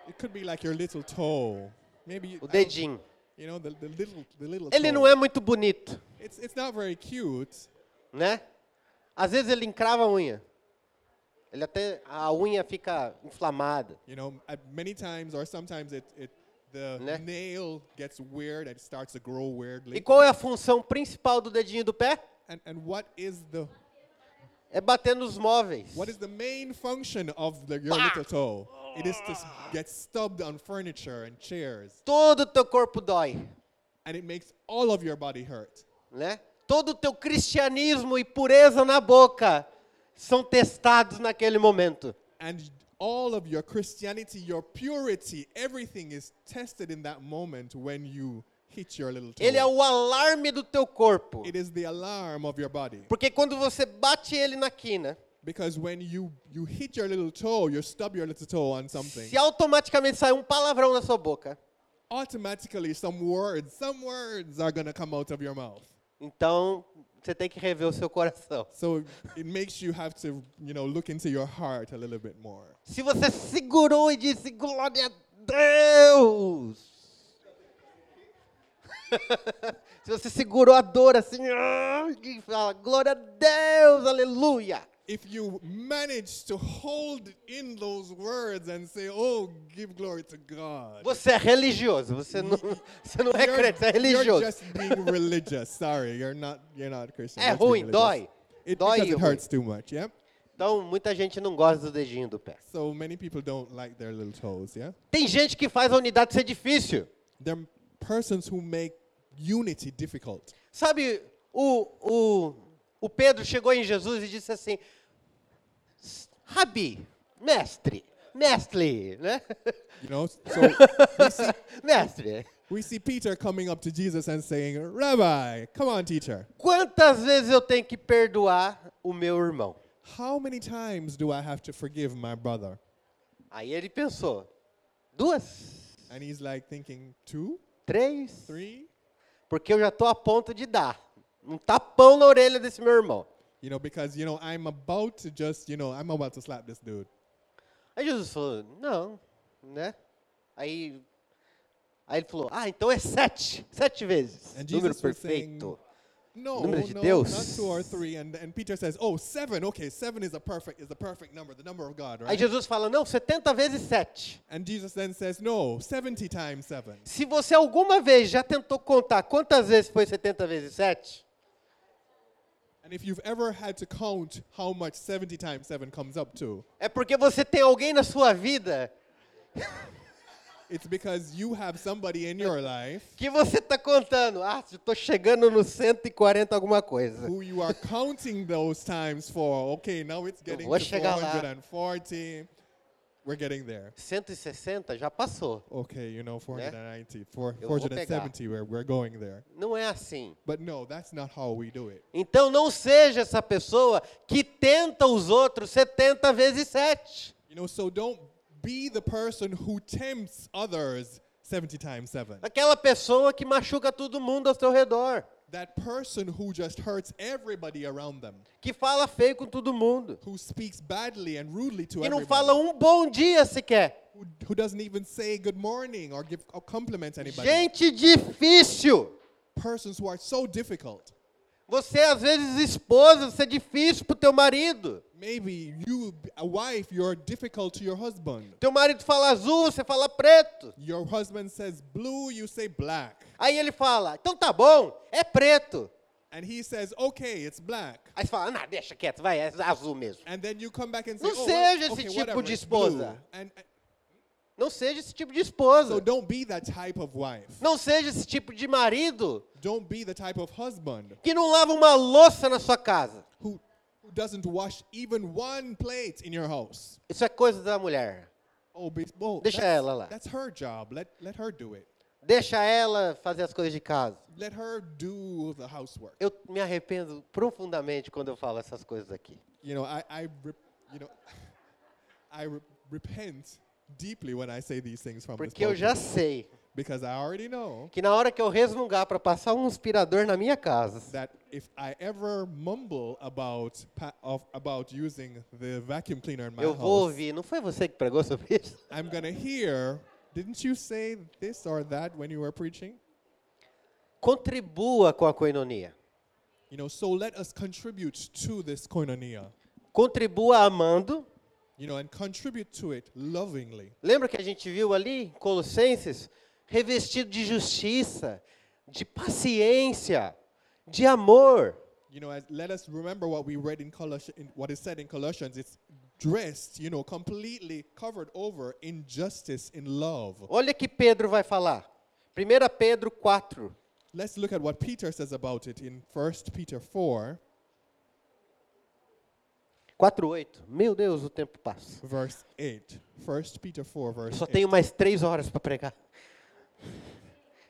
Speaker 1: it could be like your little toe. Maybe you,
Speaker 2: o
Speaker 1: I don't-
Speaker 2: dedinho.
Speaker 1: you know the, the little the little
Speaker 2: Ele
Speaker 1: toe.
Speaker 2: não é muito bonito,
Speaker 1: It's it's not very cute.
Speaker 2: né? Às vezes ele encrava a unha. Ele até a unha fica inflamada.
Speaker 1: You know, at many times or sometimes it it the
Speaker 2: Né?
Speaker 1: nail gets weird and it starts to grow
Speaker 2: E
Speaker 1: weirdly.
Speaker 2: qual é a função principal do dedinho do pé?
Speaker 1: And and what is the
Speaker 2: É bater nos móveis.
Speaker 1: what is the main function of the, your little toe? It is to s- get stubbed on furniture and chairs,
Speaker 2: Todo o teu corpo dói,
Speaker 1: and it makes all of your body hurt.
Speaker 2: né? Todo o teu cristianismo e pureza na boca são testados naquele momento.
Speaker 1: And all of your Christianity, your purity, everything is tested in that moment when you hit your little toe.
Speaker 2: Ele é o alarme do teu corpo.
Speaker 1: It is the alarm of your body.
Speaker 2: Porque quando você bate ele na quina,
Speaker 1: Because when you, you hit your little toe, you stub your little toe on something,
Speaker 2: se automaticamente sai um palavrão na sua boca,
Speaker 1: automatically some words, some words are going to come out of your mouth.
Speaker 2: então você tem que rever o seu coração.
Speaker 1: So it makes you have to, you know, look into your heart a little bit more.
Speaker 2: Se você segurou e disse glória a Deus. <laughs> Se você segurou a dor assim, "Ah", e fala glória a Deus, aleluia.
Speaker 1: If you manage to hold in those words and say, oh, give glory to God.
Speaker 2: Você é religioso, você não, <laughs> você não é
Speaker 1: You're-
Speaker 2: crente, você é
Speaker 1: You're
Speaker 2: religioso.
Speaker 1: just being religious. Sorry, you're not. You're not Christian.
Speaker 2: É
Speaker 1: That's being
Speaker 2: ruim,
Speaker 1: religious.
Speaker 2: dói.
Speaker 1: It,
Speaker 2: Dói
Speaker 1: because
Speaker 2: e
Speaker 1: it
Speaker 2: ruim.
Speaker 1: hurts too much. Yeah.
Speaker 2: Então, muita gente não gosta do dedinho do pé.
Speaker 1: So many people don't like their little toes. Yeah.
Speaker 2: Tem gente que faz a unidade ser difícil.
Speaker 1: There are persons who make unity difficult.
Speaker 2: Sabe, o, o, o Pedro chegou em Jesus e disse assim: Rabi, mestre, mestre, né? <laughs>
Speaker 1: You know. So
Speaker 2: mestre,
Speaker 1: we see Peter coming up to Jesus and saying, "Rabbi, come on, teacher.
Speaker 2: quantas vezes eu tenho que perdoar o meu irmão?
Speaker 1: How many times do I have to forgive my brother?"
Speaker 2: Aí ele pensou: duas,
Speaker 1: And he's like thinking, two,
Speaker 2: três,
Speaker 1: three.
Speaker 2: porque eu já estou a ponto de dar um tapão na orelha desse meu irmão.
Speaker 1: You know, because you know I'm about to just, you know, I'm about to slap this dude.
Speaker 2: Aí Jesus falou: não, né? Aí Aí ele falou: Ah, então é sete. Sete vezes.
Speaker 1: And
Speaker 2: Número
Speaker 1: Jesus was saying,
Speaker 2: perfeito.
Speaker 1: No,
Speaker 2: Número de
Speaker 1: no, not
Speaker 2: Deus.
Speaker 1: two or three. And, and Peter says, oh, seven. Okay, seven is a perfect is the perfect number, the number of God,
Speaker 2: Aí
Speaker 1: right?
Speaker 2: Jesus fala: Não, 70 vezes sete.
Speaker 1: And Jesus then says, no, 70 times seven.
Speaker 2: Se você alguma vez já tentou contar quantas vezes foi 70 vezes sete,
Speaker 1: And if you've ever had to count how much 70 times seven comes up to,
Speaker 2: é porque você tem alguém na sua vida
Speaker 1: it's because you have somebody in your life
Speaker 2: que você está contando. Ah, eu estou chegando no 140 alguma coisa.
Speaker 1: who you are counting those times for. Okay, now it's getting
Speaker 2: vou
Speaker 1: to
Speaker 2: chegar lá.
Speaker 1: 440. We're getting there.
Speaker 2: 160 já passou.
Speaker 1: Okay, you know, 490, four-
Speaker 2: Eu vou pegar.
Speaker 1: 470, we're, we're going there.
Speaker 2: Não é assim.
Speaker 1: But no, that's not how we do it.
Speaker 2: Então não seja essa pessoa que tenta os outros 70 vezes 7.
Speaker 1: You know, so don't be the person who tempts others 70 times 7.
Speaker 2: Aquela pessoa que machuca todo mundo ao seu redor,
Speaker 1: That person who just hurts everybody around them,
Speaker 2: que fala feio com todo mundo,
Speaker 1: who speaks badly and rudely to
Speaker 2: que não
Speaker 1: everybody,
Speaker 2: fala um bom dia sequer.
Speaker 1: who, who doesn't even say good morning or give or compliment anybody.
Speaker 2: Gente difícil.
Speaker 1: Persons who are so difficult.
Speaker 2: Você às vezes esposa, você é difícil pro teu marido.
Speaker 1: Maybe you, a wife, you're difficult to your husband.
Speaker 2: Teu marido fala azul, você fala preto.
Speaker 1: Your husband says blue, you say black.
Speaker 2: Aí ele fala: "Então tá bom, é preto".
Speaker 1: And he says, okay, it's black.
Speaker 2: Aí você fala: "Ah, "Não, deixa quieto, vai, é azul mesmo".
Speaker 1: And then you come back and say,
Speaker 2: Não
Speaker 1: oh, well,
Speaker 2: seja esse
Speaker 1: okay,
Speaker 2: tipo
Speaker 1: whatever,
Speaker 2: de
Speaker 1: it's blue."
Speaker 2: esposa.
Speaker 1: And, and-
Speaker 2: Não seja esse tipo de esposa.
Speaker 1: so don't be that type of wife.
Speaker 2: Não seja esse tipo de marido
Speaker 1: Don't be the type of husband
Speaker 2: que não lava uma louça na sua casa.
Speaker 1: who, who doesn't wash even one plate in your house.
Speaker 2: Isso é coisa da mulher.
Speaker 1: Oh, be, well,
Speaker 2: Deixa
Speaker 1: that's,
Speaker 2: ela lá.
Speaker 1: that's her job. Let, let her do it.
Speaker 2: Deixa ela fazer as coisas de casa.
Speaker 1: Let her do the housework.
Speaker 2: Eu me arrependo profundamente quando eu falo essas coisas aqui.
Speaker 1: You know, I, I re- you know, <laughs> I re- repent deeply when I say these things from this
Speaker 2: Porque eu
Speaker 1: pulpit,
Speaker 2: já sei
Speaker 1: because I already know
Speaker 2: que na hora que eu resmungar para passar um aspirador na minha casa,
Speaker 1: that if I ever mumble about pa- of, about using the vacuum cleaner in my
Speaker 2: eu vou
Speaker 1: house,
Speaker 2: ouvir. Não foi você que pregou sobre isso?
Speaker 1: I'm gonna hear. Didn't you say this or that when you were preaching?
Speaker 2: Contribua com a coinonia.
Speaker 1: You know, so let us contribute to this koinonia.
Speaker 2: Contribua amando.
Speaker 1: You know, and contribute to it lovingly.
Speaker 2: Lembra que a gente viu ali em Colossenses? Revestido de justiça, de paciência, de amor.
Speaker 1: You know, as, let us remember what we read in Colossians, in, what is said in Colossians. It's dressed, you know, completely covered over in justice, in love.
Speaker 2: Olha que Pedro vai falar. 1 Pedro 4.
Speaker 1: Let's look at what Peter says about it in 1 Peter 4,
Speaker 2: 4, 8. Meu Deus, o tempo passa.
Speaker 1: verse 8. 1 Peter 4, verse
Speaker 2: Só
Speaker 1: 8.
Speaker 2: tenho mais três horas para pregar.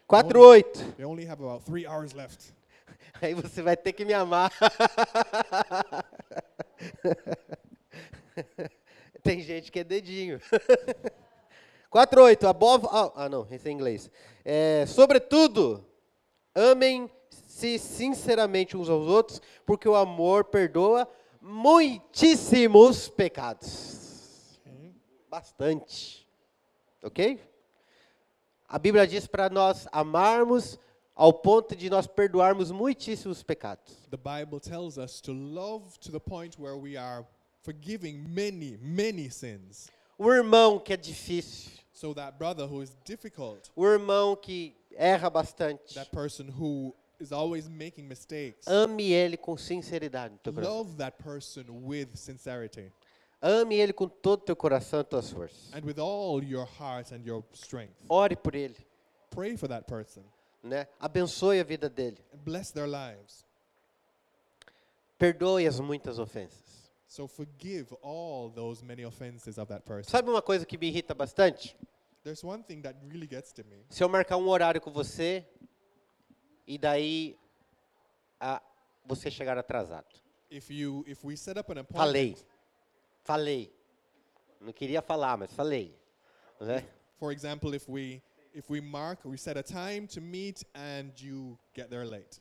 Speaker 2: 4, 8.
Speaker 1: They only have about three hours left.
Speaker 2: <laughs> Aí você vai ter que me amar. <laughs> Tem gente que é dedinho. <laughs> 4.8. Above. all- Ah, não, esse é em inglês. É, sobretudo, amem-se sinceramente uns aos outros, porque o amor perdoa muitíssimos pecados. Bastante. Ok? A Bíblia diz para nós amarmos ao ponto de nós perdoarmos muitíssimos pecados.
Speaker 1: The Bible tells us to love to the point where we are forgiving many, many sins.
Speaker 2: O irmão que é difícil,
Speaker 1: So that brother who is difficult,
Speaker 2: o irmão que erra bastante,
Speaker 1: that person who is always making mistakes,
Speaker 2: ame ele com sinceridade no teu coração.
Speaker 1: love that person with sincerity
Speaker 2: Ame ele com todo o teu coração e tuas forças.
Speaker 1: and with all your heart and your strength.
Speaker 2: Ore por ele,
Speaker 1: Pray for that person
Speaker 2: né? Abençoe a vida dele.
Speaker 1: and bless their lives.
Speaker 2: Perdoe as muitas ofensas.
Speaker 1: So forgive all those many offenses of that person.
Speaker 2: Sabe uma coisa que me irrita bastante?
Speaker 1: There's one thing that really gets to me.
Speaker 2: Se eu marcar um horário com você e daí a- você chegar atrasado.
Speaker 1: If you if we set up an appointment
Speaker 2: Falei. Falei. Não queria falar, mas falei. Né?
Speaker 1: For example, if we if we mark, we set a time to meet and you get there late.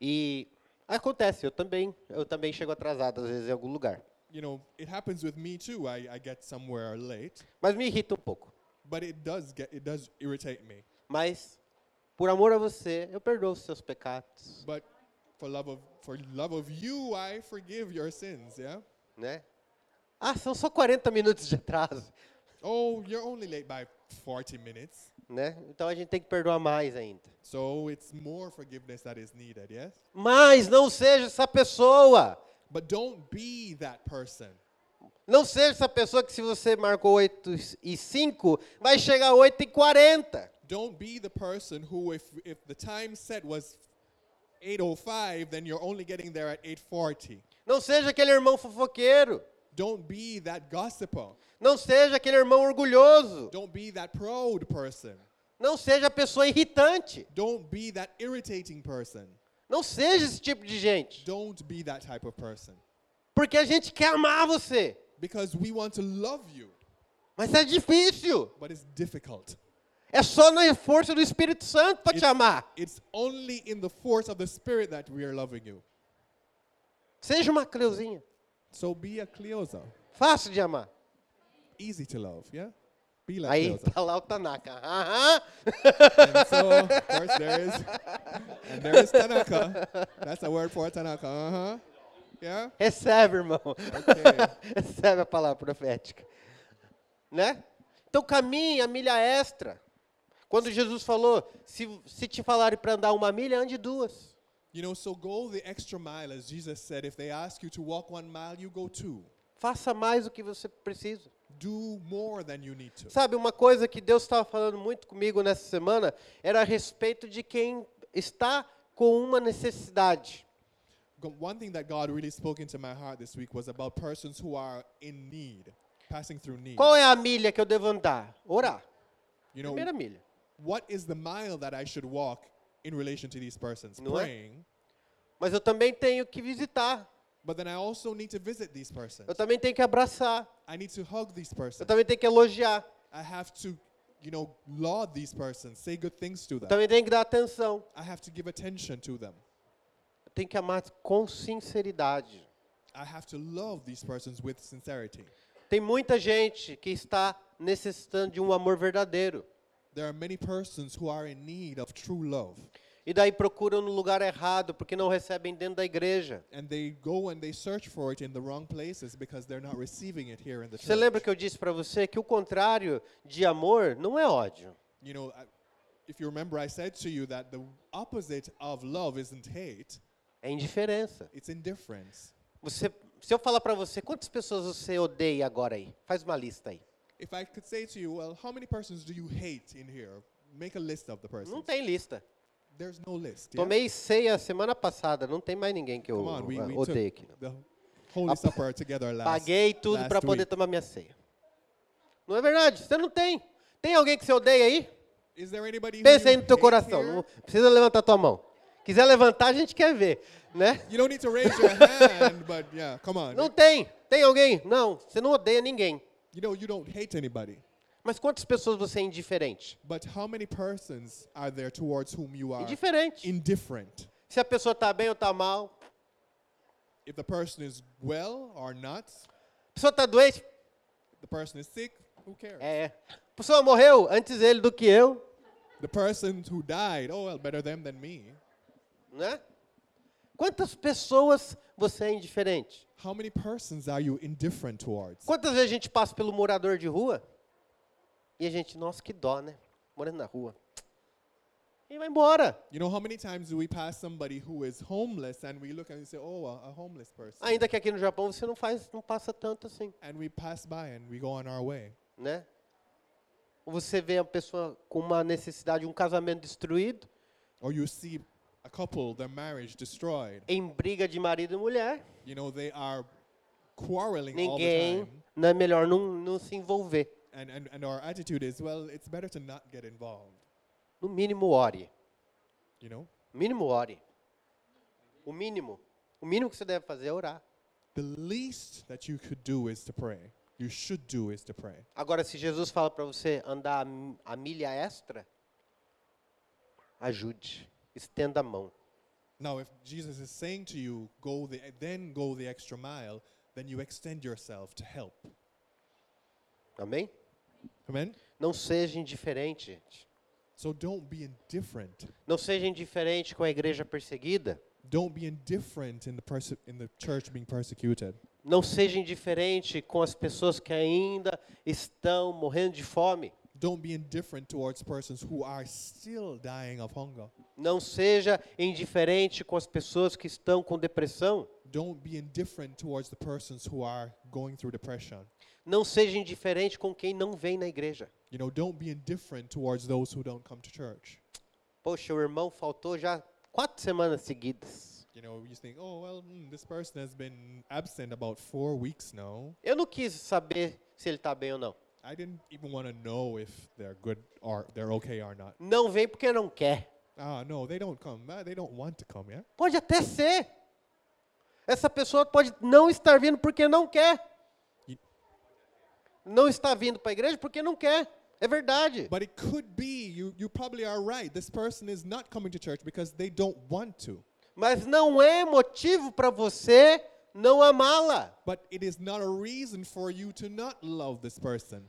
Speaker 2: E acontece, eu também, eu também chego atrasado às vezes em algum lugar.
Speaker 1: You know, it happens with me too. I, I get somewhere late,
Speaker 2: Mas me irrita um pouco.
Speaker 1: But it does get it does irritate me.
Speaker 2: Mas, por amor a você, eu perdoo os seus pecados.
Speaker 1: But for love of for love of you, I forgive your sins. Yeah.
Speaker 2: Né? Ah, são só 40 minutos de atraso.
Speaker 1: Oh, you're only late by 40 minutes.
Speaker 2: Né? Então a gente tem que perdoar mais ainda.
Speaker 1: So it's more forgiveness that is needed. Yes.
Speaker 2: Mas não seja essa pessoa.
Speaker 1: But don't be that person.
Speaker 2: Não seja essa pessoa que se você marcou 8 e 5, vai chegar 8 e 40.
Speaker 1: Don't be the person who, if if the time set was 8:05, then you're only getting there at 8:40.
Speaker 2: Não seja aquele irmão fofoqueiro.
Speaker 1: Don't be that gossiper.
Speaker 2: Não seja aquele irmão orgulhoso.
Speaker 1: Don't be that proud person.
Speaker 2: Não seja a pessoa irritante.
Speaker 1: Don't be that irritating person.
Speaker 2: Não seja esse tipo de gente.
Speaker 1: Don't be that type of person.
Speaker 2: Porque a gente quer amar você.
Speaker 1: Because we want to love you,
Speaker 2: Mas é difícil.
Speaker 1: but it's difficult.
Speaker 2: É só na força do Espírito Santo para te
Speaker 1: It's-
Speaker 2: amar.
Speaker 1: It's only in the force of the Spirit that we are loving you.
Speaker 2: Seja uma Cleuzinha.
Speaker 1: So be a Cleosa.
Speaker 2: Fácil de amar.
Speaker 1: Easy to love, yeah? Be like
Speaker 2: Aí
Speaker 1: Cleosa.
Speaker 2: tá lá o Tanaka. Aham.
Speaker 1: And so, of course, there is, and there is Tanaka. That's a word for Tanaka, uh-huh. Yeah?
Speaker 2: Recebe, irmão.
Speaker 1: Ok.
Speaker 2: <laughs> Recebe a palavra profética. Né? Então caminhe a milha extra. Quando Jesus falou, se, se te falarem para andar uma milha, ande duas.
Speaker 1: You know, so go the extra mile, as Jesus said. If they ask you to walk one mile, you go two.
Speaker 2: Faça mais do que você precisa.
Speaker 1: Do more than you need to.
Speaker 2: Sabe, uma coisa que Deus estava falando muito comigo nessa semana era a respeito de quem está com uma necessidade.
Speaker 1: Go- One thing that God really spoke into my heart this week was about persons who are in need, passing through need.
Speaker 2: Qual é a milha que eu devo andar? Orar.
Speaker 1: You know,
Speaker 2: Primeira milha.
Speaker 1: what is the mile that I should walk in relation to these persons?
Speaker 2: No, eh?
Speaker 1: Praying.
Speaker 2: Mas eu também tenho que visitar.
Speaker 1: But then I also need to visit these persons.
Speaker 2: Eu também tenho que abraçar.
Speaker 1: I need to hug these
Speaker 2: Eu
Speaker 1: persons.
Speaker 2: também tenho que elogiar.
Speaker 1: I have to, you know, laud these persons, say good things to
Speaker 2: Eu
Speaker 1: them.
Speaker 2: também tenho Então, que dar atenção.
Speaker 1: I have to give attention to them.
Speaker 2: Eu tenho que amar com sinceridade.
Speaker 1: I have to love these persons with sincerity.
Speaker 2: Tem muita gente que está necessitando de um amor verdadeiro.
Speaker 1: There are many persons who are in need of true love,
Speaker 2: E daí procuram no lugar errado, porque não recebem dentro da igreja.
Speaker 1: and they go and they search for it in the wrong places because they're not receiving it here in the
Speaker 2: Você
Speaker 1: church.
Speaker 2: lembra que eu disse para você que o contrário de amor não é ódio.
Speaker 1: You know, I, if you remember, I said to you that the opposite of love isn't hate,
Speaker 2: É indiferença.
Speaker 1: it's indifference.
Speaker 2: Você, se eu falar para você, quantas pessoas você odeia agora aí? Faz uma lista aí.
Speaker 1: If I could say to you, well, how many persons do you hate in here? Make a list of the
Speaker 2: Não
Speaker 1: persons.
Speaker 2: tem lista.
Speaker 1: There's no list. yeah?
Speaker 2: Tomei ceia semana passada, não tem mais ninguém que eu
Speaker 1: Come on, we,
Speaker 2: ah,
Speaker 1: we took
Speaker 2: odeio aqui. não.
Speaker 1: the Holy Supper together last,
Speaker 2: Paguei tudo
Speaker 1: last
Speaker 2: para poder
Speaker 1: week.
Speaker 2: tomar minha ceia. Não é verdade? Você não tem. Tem alguém que você odeia aí?
Speaker 1: Is there anybody who
Speaker 2: Pensa aí
Speaker 1: you
Speaker 2: no teu
Speaker 1: hate
Speaker 2: coração.
Speaker 1: here?
Speaker 2: Não precisa levantar tua mão. Quiser levantar, a gente quer ver, né?
Speaker 1: You don't need to raise your hand, but yeah, come on.
Speaker 2: Não tem. Tem alguém? Não. Você não odeia ninguém.
Speaker 1: You know, you don't hate anybody.
Speaker 2: Mas quantas pessoas você é indiferente?
Speaker 1: But how many persons are there towards whom you are
Speaker 2: Indiferente.
Speaker 1: indifferent?
Speaker 2: Se a pessoa está bem ou está mal.
Speaker 1: If the person is well or not,
Speaker 2: A pessoa está doente.
Speaker 1: the person is sick, who cares?
Speaker 2: É. A pessoa morreu antes dele do que eu,
Speaker 1: The person who died, oh, well, better them than me.
Speaker 2: né? Quantas pessoas você é indiferente?
Speaker 1: How many persons are you indifferent towards?
Speaker 2: Quantas vezes a gente passa pelo morador de rua e a gente, nossa, que dó, né? Morando na rua. E vai embora.
Speaker 1: You know, how many times do we pass somebody who is homeless and we look and we say, oh, a, a homeless person?
Speaker 2: Ainda que aqui no Japão você não faz, não passa tanto assim,
Speaker 1: and we pass by and we go on our way.
Speaker 2: né? Ou Você vê a pessoa com uma necessidade, um casamento destruído,
Speaker 1: Or you see a couple, their marriage destroyed.
Speaker 2: em briga de marido e mulher.
Speaker 1: You know, they are quarreling all the
Speaker 2: Ninguém,
Speaker 1: time.
Speaker 2: não é melhor não, não se envolver.
Speaker 1: And, and, and our attitude is, well, it's better to not get involved,
Speaker 2: No mínimo ore.
Speaker 1: you know?
Speaker 2: No mínimo ore. O mínimo, o mínimo que você deve fazer é orar.
Speaker 1: The least that you could do is to pray. You should do is to pray.
Speaker 2: Agora, se Jesus fala para você andar a mi- a milha extra, ajude, estenda a mão.
Speaker 1: Now, if Jesus is saying to you, go the, then go the extra mile, then you extend yourself to help.
Speaker 2: Amém?
Speaker 1: Amen?
Speaker 2: Não seja indiferente, gente.
Speaker 1: So don't be indifferent.
Speaker 2: Não seja indiferente com a igreja perseguida.
Speaker 1: Don't be indifferent in the, perse- in the church being persecuted.
Speaker 2: Não seja indiferente com as pessoas que ainda estão morrendo de fome.
Speaker 1: Don't be indifferent towards persons who are still dying of hunger.
Speaker 2: Não seja indiferente com as pessoas que estão com depressão.
Speaker 1: Don't be indifferent towards the persons who are going through depression.
Speaker 2: Não seja indiferente com quem não vem na igreja.
Speaker 1: You know, don't be indifferent towards those who don't come to church.
Speaker 2: Poxa, o irmão faltou já quatro semanas seguidas.
Speaker 1: You know, you think, oh, well, mm, this person has been absent about four weeks now.
Speaker 2: Eu não quis saber se ele está bem ou não.
Speaker 1: I didn't even want to know if they're good or they're okay or not.
Speaker 2: Não vem porque não quer.
Speaker 1: Ah, no, they don't come. Ah, they don't want to come, yeah?
Speaker 2: Pode até ser. Essa pessoa pode não estar vindo porque não quer.
Speaker 1: E-
Speaker 2: Não está vindo para a igreja porque não quer. É verdade.
Speaker 1: But it could be, you, you probably are right. This person is not coming to church because they don't want to.
Speaker 2: Mas não é motivo para você não amá-la.
Speaker 1: But it is not a reason for you to not love this person.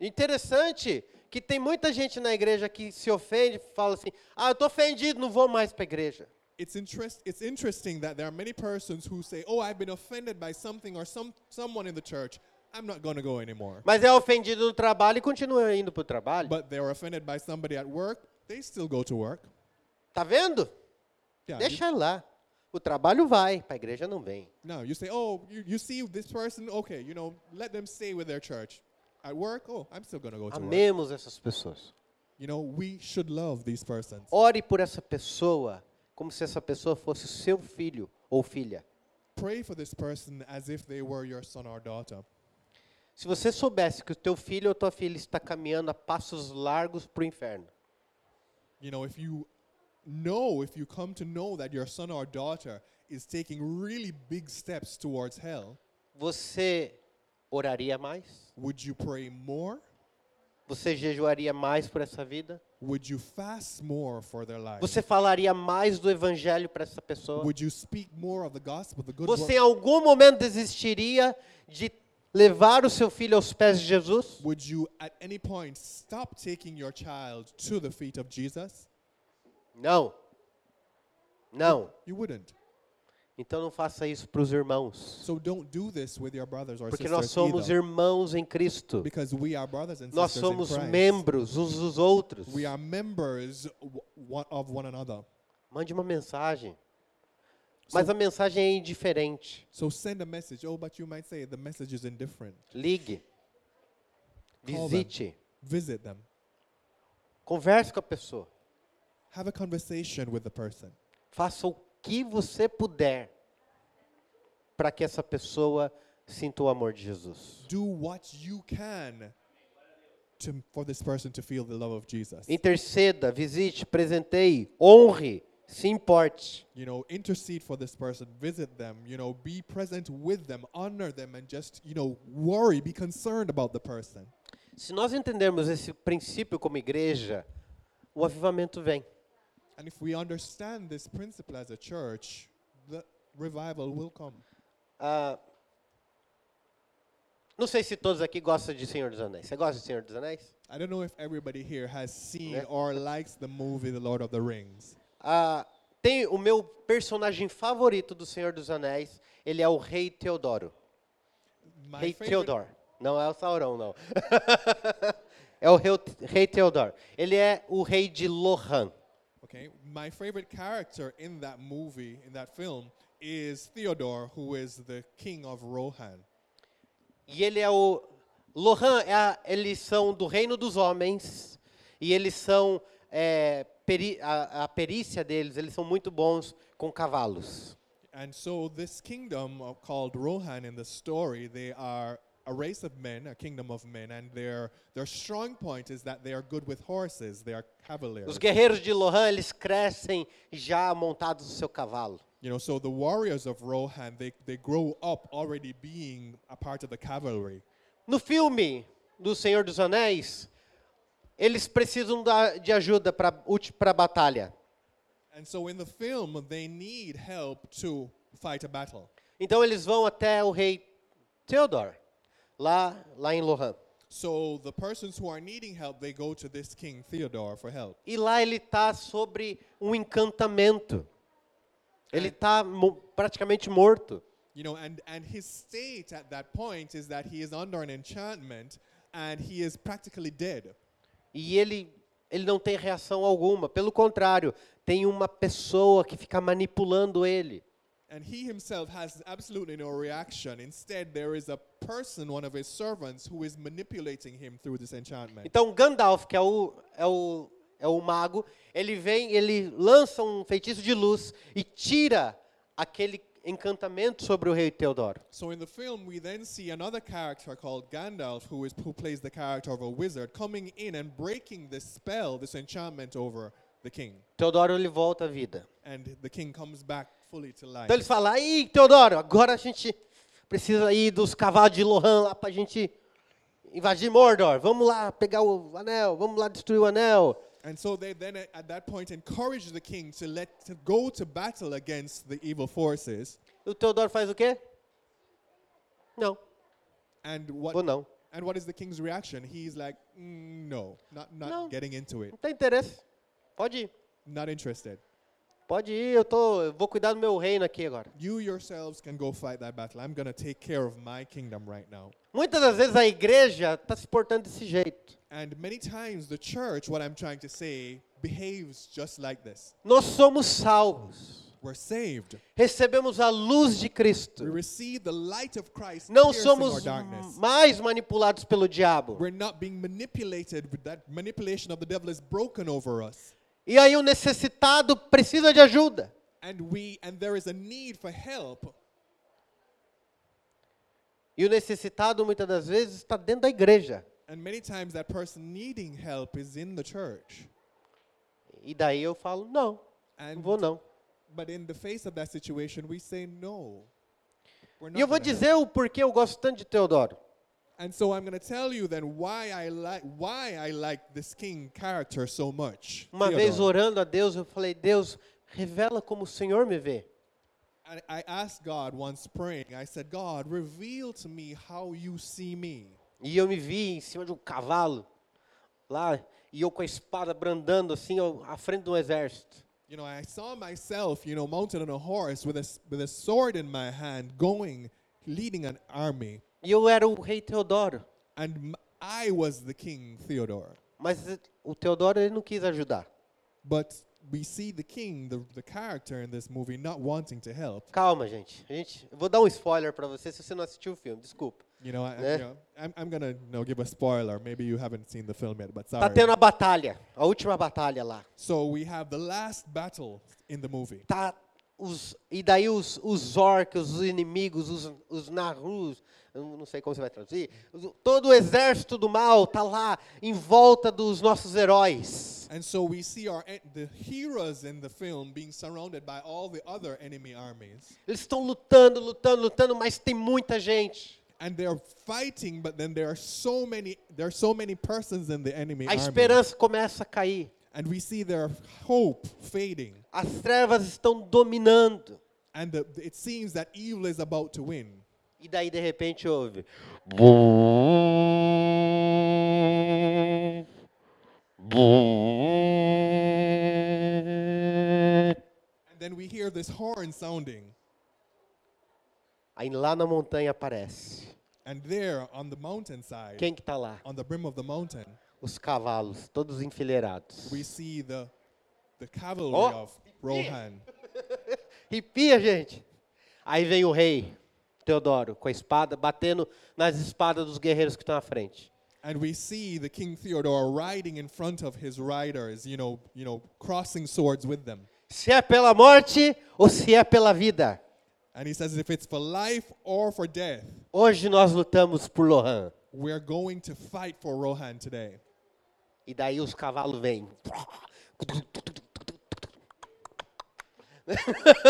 Speaker 2: Interessante que tem muita gente na igreja que se ofende, fala assim: "Ah, eu tô ofendido, não vou mais para a igreja".
Speaker 1: It's, interest, it's interesting that there are many persons who say, oh, I've been offended by something or some, someone in the church. I'm not going to go anymore.
Speaker 2: Mas é ofendido no trabalho e continua indo para o trabalho.
Speaker 1: But they're offended by somebody at work. They still go to work.
Speaker 2: Tá vendo?
Speaker 1: Yeah, you-
Speaker 2: Deixa lá. O trabalho vai, para a igreja não vem.
Speaker 1: No, you say, oh, you, you see this person, okay, you know, let them stay with their church. At work, oh, I'm still going to go to work.
Speaker 2: Amemos essas pessoas.
Speaker 1: You know, we should love these persons.
Speaker 2: Ore por essa pessoa como se essa pessoa fosse o seu filho ou filha.
Speaker 1: Pray for this person as if they were your son or daughter.
Speaker 2: Se você soubesse que o teu filho ou tua filha está caminhando a passos largos para o inferno,
Speaker 1: You know, if you know, if you come to know that your son or daughter is taking really big steps towards hell,
Speaker 2: você oraria mais?
Speaker 1: would you pray more?
Speaker 2: Você jejuaria mais por essa vida?
Speaker 1: Would you fast more for their life?
Speaker 2: Você falaria mais do evangelho para essa pessoa?
Speaker 1: Would you speak more of the gospel, the good word?
Speaker 2: Você em algum momento desistiria de levar o seu filho aos pés de Jesus?
Speaker 1: Would you at any point stop taking your child to the feet of Jesus?
Speaker 2: Não. Não.
Speaker 1: You wouldn't.
Speaker 2: Então não faça isso para os irmãos.
Speaker 1: So don't do this with your brothers or
Speaker 2: Porque nós
Speaker 1: sisters
Speaker 2: somos
Speaker 1: either,
Speaker 2: irmãos em Cristo.
Speaker 1: because we are brothers and
Speaker 2: Nós
Speaker 1: sisters
Speaker 2: somos
Speaker 1: in Christ.
Speaker 2: membros uns dos outros.
Speaker 1: We are members w- one- of one another.
Speaker 2: Mande uma mensagem. Mas a mensagem é indiferente.
Speaker 1: So send a message. Oh, but you might say the message is indifferent.
Speaker 2: Ligue.
Speaker 1: Call them.
Speaker 2: Visite.
Speaker 1: Visit them.
Speaker 2: Converse com a pessoa.
Speaker 1: Have a conversation with the person.
Speaker 2: Faça o que você puder para que essa pessoa sinta o amor de Jesus.
Speaker 1: Do what you can to, for this person to feel the love of Jesus.
Speaker 2: Interceda, visite, presenteie, honre, se importe.
Speaker 1: you know, intercede for this person, visit them, you know, be present with them, honor them, and just, you know, worry, be concerned about the person.
Speaker 2: Se nós entendermos esse princípio como igreja, o avivamento vem.
Speaker 1: And if we understand this principle as a church, the revival will come.
Speaker 2: Ah, não sei se todos aqui gostam de Senhor dos Anéis. Você gosta de Senhor dos Anéis?
Speaker 1: I don't know if everybody here has seen
Speaker 2: Yeah.
Speaker 1: or likes the movie The Lord of the Rings.
Speaker 2: Ah, tem o meu personagem favorito do Senhor dos Anéis. Ele é o Rei Teodoro.
Speaker 1: My
Speaker 2: Rei
Speaker 1: favorite-
Speaker 2: Teodoro. Não é o Sauron, não. <laughs> é o Rei, rei Teodoro. Ele é o Rei de Lohan.
Speaker 1: Okay, my favorite character in that movie, in that film, is Theodore, who is the king of Rohan.
Speaker 2: E ele é o. Lohan, é a, eles são do reino dos homens. E eles são. é, peri- a, a perícia deles, eles são muito bons com cavalos.
Speaker 1: And so this kingdom of- called Rohan in the story, they are a race of men, a kingdom of men, and their their strong point is that they are good with horses. They are
Speaker 2: Os
Speaker 1: cavaliers.
Speaker 2: guerreiros de Lohan, eles crescem já montados no seu cavalo.
Speaker 1: You know, so the warriors of Rohan, they, they grow up already being a part of the cavalry.
Speaker 2: No filme do Senhor dos Anéis, eles precisam da- de ajuda para a batalha.
Speaker 1: And so in the film, they need help to fight a battle.
Speaker 2: Então eles vão até o rei Theodor, lá, lá em Lohan.
Speaker 1: So the persons who are needing help, they go to this king Theodore for help.
Speaker 2: E lá ele está sobre um encantamento. Ele está praticamente morto.
Speaker 1: You know, and, and his state at that point is that he is under an enchantment and he is practically dead.
Speaker 2: E ele, ele não tem reação alguma. Pelo contrário, tem uma pessoa que fica manipulando ele.
Speaker 1: And he himself has absolutely no reaction. Instead, there is a person, one of his servants, who is manipulating him through this enchantment.
Speaker 2: Então Gandalf, que é o, é o, é o mago, ele vem, ele lança um feitiço de luz e tira aquele encantamento sobre o rei Teodoro.
Speaker 1: So in the film, we then see another character called Gandalf, who is who plays the character of a wizard, coming in and breaking this spell, this enchantment over the king,
Speaker 2: Teodoro ele volta à vida.
Speaker 1: and the king comes back fully to life.
Speaker 2: Então eles falam: "Aí, Teodoro, agora a gente precisa ir dos cavalos de Lohan lá pra gente invadir Mordor. Vamos lá pegar o anel, vamos lá destruir o anel."
Speaker 1: And so they then, uh, at- at that point, encourage the king to let to go to battle against the evil forces.
Speaker 2: E o Teodoro faz o quê? Não,
Speaker 1: And what?
Speaker 2: vou não.
Speaker 1: And what is the king's reaction? He's like, "Mm, no, not not
Speaker 2: No.
Speaker 1: getting into it,
Speaker 2: Não tem interesse. Pode ir.
Speaker 1: not interested.
Speaker 2: Pode ir, eu tô, eu vou cuidar do meu reino aqui agora.
Speaker 1: You yourselves can go fight that battle. I'm gonna take care of my kingdom right now.
Speaker 2: Muitas das vezes a igreja está se portando desse jeito.
Speaker 1: And many times the church, what I'm trying to say, behaves just like this.
Speaker 2: Nós somos salvos.
Speaker 1: We're saved.
Speaker 2: Recebemos a luz de
Speaker 1: We
Speaker 2: Cristo.
Speaker 1: receive the light of Christ
Speaker 2: Não
Speaker 1: piercing our
Speaker 2: somos
Speaker 1: darkness.
Speaker 2: mais manipulados pelo diabo.
Speaker 1: We're not being manipulated. with That manipulation of the devil is broken over us.
Speaker 2: E aí o necessitado precisa de ajuda.
Speaker 1: And we and there is a need for help.
Speaker 2: E o necessitado muitas das vezes está dentro da igreja.
Speaker 1: And many times that person needing help is in the church.
Speaker 2: E daí eu falo, não, não
Speaker 1: And
Speaker 2: vou não.
Speaker 1: But in the face of that situation, we say no. We're
Speaker 2: E eu vou
Speaker 1: gonna help.
Speaker 2: dizer o porquê eu gosto tanto de Teodoro.
Speaker 1: And so I'm going to tell you then why I like why I like this king character so much.
Speaker 2: Uma
Speaker 1: Theodore.
Speaker 2: vez orando a Deus, eu falei, Deus, revela como o Senhor me vê.
Speaker 1: And I asked God once praying. I said, God, reveal to me how you see me.
Speaker 2: E eu me vi em cima de um cavalo, lá, e eu com a espada brandando assim, ao- à frente de um exército.
Speaker 1: You know, I saw myself, you know, mounted on a horse with a s- with a sword in my hand, going, leading an army,
Speaker 2: E eu era o rei Teodoro,
Speaker 1: and m- I was the king Theodore.
Speaker 2: mas eh, o Teodoro ele não quis ajudar.
Speaker 1: But we see the king, the, the character in this movie, not wanting to help.
Speaker 2: Calma, gente. A gente, eu vou dar um spoiler pra você se você não assistiu o filme, desculpa.
Speaker 1: You know, I, I-
Speaker 2: Yeah.
Speaker 1: you know, I'm, I'm gonna you know, give a spoiler. Maybe you haven't seen the film yet, but
Speaker 2: Tá
Speaker 1: sorry.
Speaker 2: tendo a batalha, a última batalha lá.
Speaker 1: So we have the last battle in the movie,
Speaker 2: Tá os e daí os os orcs, os inimigos, os os narus, eu não sei como você vai traduzir, os- todo o exército do mal tá lá em volta dos nossos heróis.
Speaker 1: and so we see our en- the heroes in the film being surrounded by all the other enemy armies,
Speaker 2: Eles estão lutando, lutando, lutando, mas tem muita gente.
Speaker 1: and they're fighting. But then there are so many there are so many persons in the enemy
Speaker 2: A
Speaker 1: army,
Speaker 2: esperança começa a cair.
Speaker 1: and we see their hope fading,
Speaker 2: As trevas estão dominando.
Speaker 1: and the, it seems that evil is about to win.
Speaker 2: E daí, de repente, houve.
Speaker 1: And then we hear this horn sounding,
Speaker 2: Aí lá na montanha aparece.
Speaker 1: and there on the mountainside,
Speaker 2: Quem que tá lá?
Speaker 1: on the brim of the mountain.
Speaker 2: Os cavalos, todos enfileirados.
Speaker 1: we see the the cavalry
Speaker 2: Oh.
Speaker 1: of Rohan.
Speaker 2: Ripia, gente. Aí vem o rei, Teodoro, com a espada, batendo nas espadas dos guerreiros que estão à frente.
Speaker 1: And we see the King Theodore riding in front of his riders, you know, you know, crossing swords with them.
Speaker 2: Se é pela morte ou se é pela vida.
Speaker 1: And he says, if it's for life or for death,
Speaker 2: Hoje nós lutamos por Lohan.
Speaker 1: we're going to fight for Rohan today.
Speaker 2: E daí os cavalos vêm.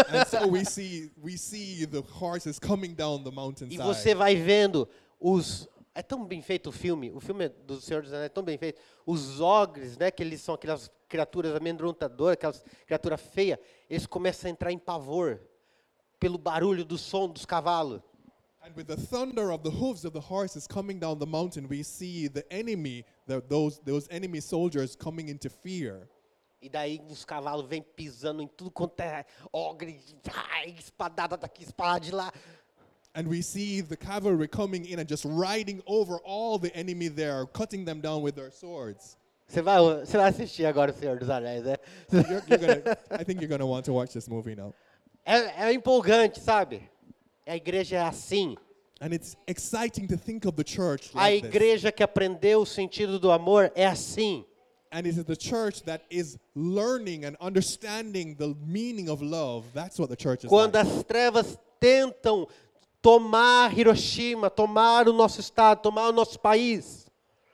Speaker 1: and so we see we see the horses coming down the
Speaker 2: E
Speaker 1: mountainside.
Speaker 2: você vai vendo os. É tão bem feito o filme. O filme do Senhor dos Anéis é tão bem feito. Os ogres, né? Que eles são aquelas criaturas amedrontadoras, aquelas criaturas feias. Eles começam a entrar em pavor pelo barulho do som dos cavalos.
Speaker 1: And with the thunder of the hooves of the horses coming down the mountain, we see the enemy, the, those, those enemy soldiers coming into fear.
Speaker 2: E daí os cavalos vêm pisando em tudo quanto é ogre, vai, espadada daqui, espada de lá.
Speaker 1: And we see the cavalry coming in and just riding over all the enemy there, cutting them down with their swords.
Speaker 2: Você vai, você vai assistir agora o Senhor dos Anéis, né?
Speaker 1: You're, you're gonna, I think you're going to want to watch this movie now.
Speaker 2: É, é empolgante, sabe? A igreja é assim.
Speaker 1: And it's exciting to think of the church
Speaker 2: A
Speaker 1: like this.
Speaker 2: igreja que aprendeu o sentido do amor é assim.
Speaker 1: And it is the church that is learning and understanding the meaning of love. That's what the church is
Speaker 2: Quando
Speaker 1: like.
Speaker 2: as trevas tentam tomar Hiroshima, tomar o nosso estado, tomar o nosso país,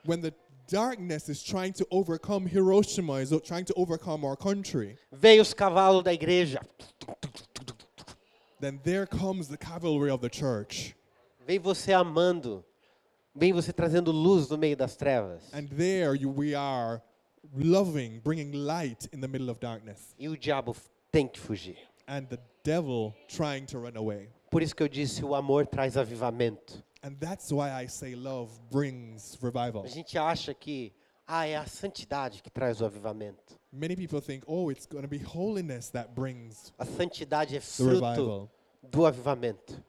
Speaker 1: When the darkness is trying to overcome Hiroshima, is o- trying to overcome our country,
Speaker 2: vem os cavalos da igreja.
Speaker 1: then there comes the cavalry of the church.
Speaker 2: Vem você amando. Vem você trazendo luz no meio das trevas.
Speaker 1: And there you, we are loving, bringing light in the middle of darkness.
Speaker 2: E o diabo f- tem que fugir.
Speaker 1: And the devil trying to run away.
Speaker 2: Por isso que eu disse, o amor traz avivamento.
Speaker 1: And that's why I say love brings revival.
Speaker 2: A gente acha que ah, é a santidade que traz o avivamento.
Speaker 1: Many people think, oh, it's going to be holiness that brings
Speaker 2: A santidade é
Speaker 1: the
Speaker 2: fruto
Speaker 1: revival.
Speaker 2: do avivamento.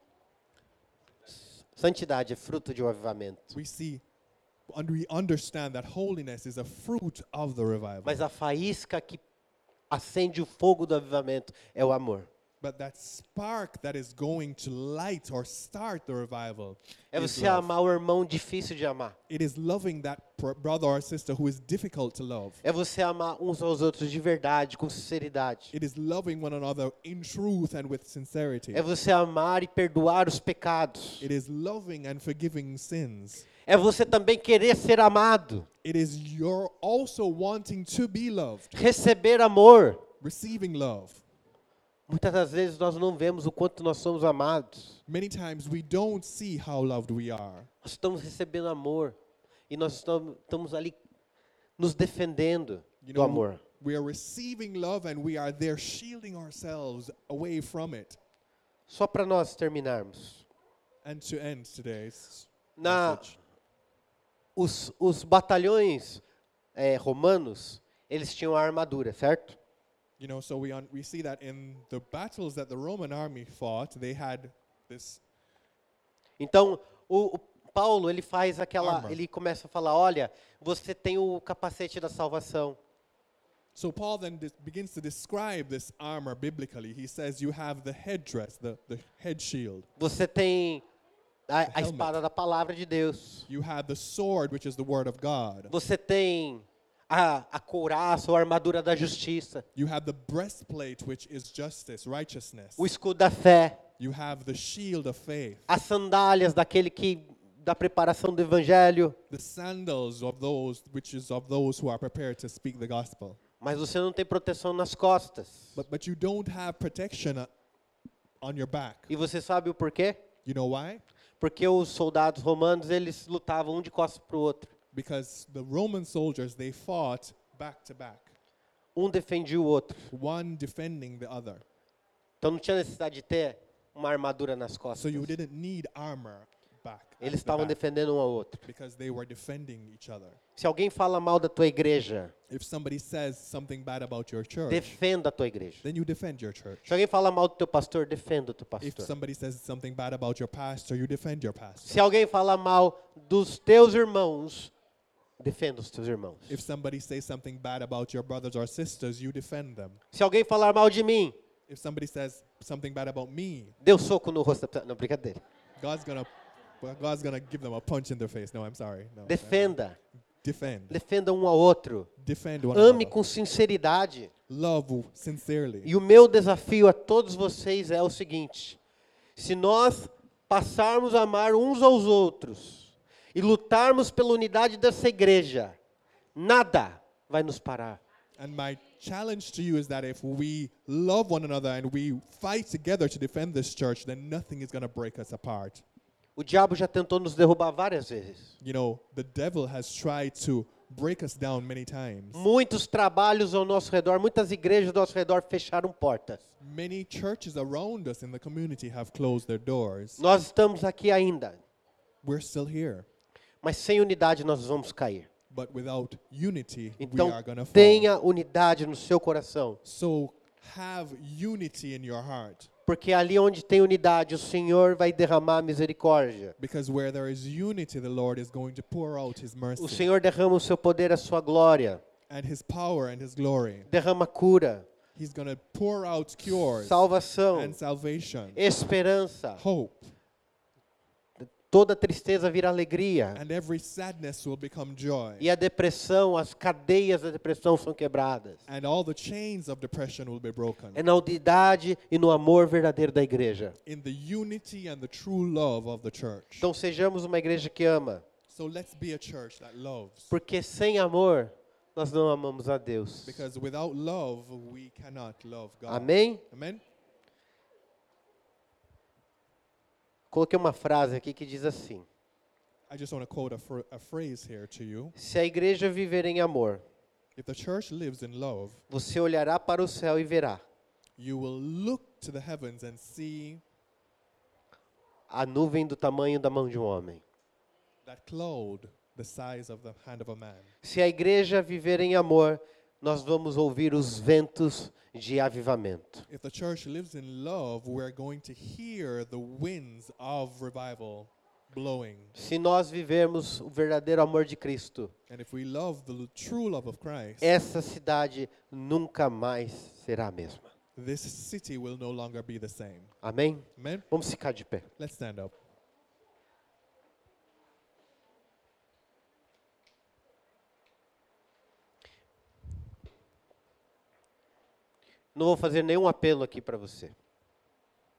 Speaker 2: Santidade é fruto de um avivamento.
Speaker 1: We see and we understand that holiness is a fruit of the revival.
Speaker 2: Mas a faísca que acende o fogo do avivamento é o amor.
Speaker 1: But that spark that is going to light or start the revival
Speaker 2: É
Speaker 1: is
Speaker 2: você
Speaker 1: love.
Speaker 2: amar o irmão difícil de amar.
Speaker 1: It is loving that pr- brother or sister who is difficult to love.
Speaker 2: É você amar uns aos outros de verdade, com sinceridade.
Speaker 1: It is loving one another in truth and with sincerity.
Speaker 2: É você amar e perdoar os pecados.
Speaker 1: It is loving and forgiving sins.
Speaker 2: É você também querer ser amado,
Speaker 1: It is your also wanting to be loved,
Speaker 2: receber amor.
Speaker 1: receiving love.
Speaker 2: Muitas das vezes nós não vemos o quanto nós somos amados.
Speaker 1: Many times we don't see how loved we are.
Speaker 2: Nós estamos recebendo amor e nós estamos, estamos ali nos defendendo do amor.
Speaker 1: we are receiving love and we are there shielding ourselves away from it.
Speaker 2: Só para nós terminarmos.
Speaker 1: And to end today's
Speaker 2: Na-
Speaker 1: message,
Speaker 2: Os, os batalhões eh, romanos, eles tinham a armadura, certo?
Speaker 1: you know, so we un- we see that in the battles that the Roman army fought, they had this
Speaker 2: Então, o, o Paulo, ele faz aquela,
Speaker 1: Armor.
Speaker 2: ele começa a falar, olha, você tem o capacete da salvação.
Speaker 1: So Paul then dis- begins to describe this armor biblically. He says you have the headdress, the, the head shield.
Speaker 2: Você tem a, a
Speaker 1: helmet.
Speaker 2: espada da palavra de Deus.
Speaker 1: You have the sword, which is the word of God.
Speaker 2: Você tem a, a couraça ou a armadura da justiça.
Speaker 1: You have the breastplate, which is justice, righteousness.
Speaker 2: O escudo da fé.
Speaker 1: You have the shield of faith,
Speaker 2: As sandálias daquele que da preparação do evangelho.
Speaker 1: the sandals of those, which is of those who are prepared to speak the gospel.
Speaker 2: Mas você não tem proteção nas costas.
Speaker 1: But, but you don't have protection uh, on your back.
Speaker 2: E você sabe o porquê?
Speaker 1: You know why?
Speaker 2: Porque os soldados romanos, eles lutavam um de costas para o outro.
Speaker 1: Because the Roman soldiers, they fought back to back,
Speaker 2: Um defendia o outro.
Speaker 1: one defending the other.
Speaker 2: Então não tinha necessidade de ter uma armadura nas
Speaker 1: So
Speaker 2: costas.
Speaker 1: you didn't need armor back. at
Speaker 2: Eles
Speaker 1: the
Speaker 2: estavam
Speaker 1: back
Speaker 2: defendendo um ao outro.
Speaker 1: because they were defending each other.
Speaker 2: Se alguém fala mal da tua igreja,
Speaker 1: If somebody says something bad about your church,
Speaker 2: defenda a tua igreja.
Speaker 1: then you defend your church.
Speaker 2: Se alguém fala mal do teu pastor, defenda o teu
Speaker 1: If
Speaker 2: pastor.
Speaker 1: somebody says something bad about your pastor, you defend your pastor.
Speaker 2: Se alguém fala mal dos teus irmãos, defenda os teus irmãos.
Speaker 1: If somebody says something bad about your brothers or sisters, you defend them.
Speaker 2: Se alguém falar mal de mim,
Speaker 1: If somebody says something bad about me,
Speaker 2: dê um soco no rosto da pessoa. Não, brincadeira.
Speaker 1: God's gonna well, God's gonna give them a punch in their face. No, I'm sorry. No.
Speaker 2: Defenda.
Speaker 1: Defend.
Speaker 2: Defenda um ao outro.
Speaker 1: Defend one
Speaker 2: Ame
Speaker 1: another.
Speaker 2: com sinceridade.
Speaker 1: Love sincerely.
Speaker 2: E o meu desafio a todos vocês é o seguinte: se nós passarmos a amar uns aos outros e lutarmos pela unidade dessa igreja, nada vai nos parar.
Speaker 1: And my challenge to you is that if we love one another and we fight together to defend this church, then nothing is going to break us apart.
Speaker 2: O diabo já tentou nos derrubar várias vezes.
Speaker 1: You know, the devil has tried to break us down many times.
Speaker 2: Muitos trabalhos ao nosso redor, muitas igrejas ao nosso redor fecharam portas.
Speaker 1: Many churches around us in the community have closed their doors.
Speaker 2: Nós estamos aqui ainda,
Speaker 1: We're still here,
Speaker 2: mas sem unidade nós vamos cair.
Speaker 1: but without unity,
Speaker 2: Então
Speaker 1: we are going to fall.
Speaker 2: tenha unidade no seu coração,
Speaker 1: So have unity in your heart,
Speaker 2: porque ali onde tem unidade, o Senhor vai derramar misericórdia.
Speaker 1: because where there is unity, the Lord is going to pour out His
Speaker 2: O
Speaker 1: mercy
Speaker 2: Senhor derrama o seu poder, a sua glória,
Speaker 1: and His power and His glory.
Speaker 2: derrama cura,
Speaker 1: He's going to pour out cures
Speaker 2: salvação,
Speaker 1: and salvation,
Speaker 2: esperança.
Speaker 1: hope,
Speaker 2: Toda tristeza vira alegria.
Speaker 1: and every sadness will become joy.
Speaker 2: E a depressão, as cadeias da depressão são quebradas.
Speaker 1: And all the chains of depression will be broken.
Speaker 2: É na unidade e no amor verdadeiro da igreja.
Speaker 1: in the unity and the true love of the church.
Speaker 2: Então sejamos uma igreja que ama,
Speaker 1: So let's be a church that loves.
Speaker 2: porque sem amor nós não amamos a Deus.
Speaker 1: Because without love, we cannot love God.
Speaker 2: Amém?
Speaker 1: Amen?
Speaker 2: Coloquei uma frase aqui que diz assim:
Speaker 1: I just want to quote a, fr- a phrase here to you.
Speaker 2: Se a igreja viver em amor,
Speaker 1: If the church lives in love,
Speaker 2: você olhará para o céu e verá
Speaker 1: you will look to the heavens and see
Speaker 2: a nuvem do tamanho da mão de um homem.
Speaker 1: that cloud the size of the hand of a man.
Speaker 2: Se a igreja viver em amor, nós vamos ouvir os ventos de avivamento.
Speaker 1: If the church lives in love, we're going to hear the winds of revival blowing.
Speaker 2: Se nós vivermos o verdadeiro amor de Cristo,
Speaker 1: And if we love the l- true love of Christ,
Speaker 2: essa cidade nunca mais será a mesma.
Speaker 1: this city will no longer be the same.
Speaker 2: Amém?
Speaker 1: Amen?
Speaker 2: Vamos ficar de pé.
Speaker 1: Let's stand up.
Speaker 2: Não vou fazer nenhum apelo aqui para você.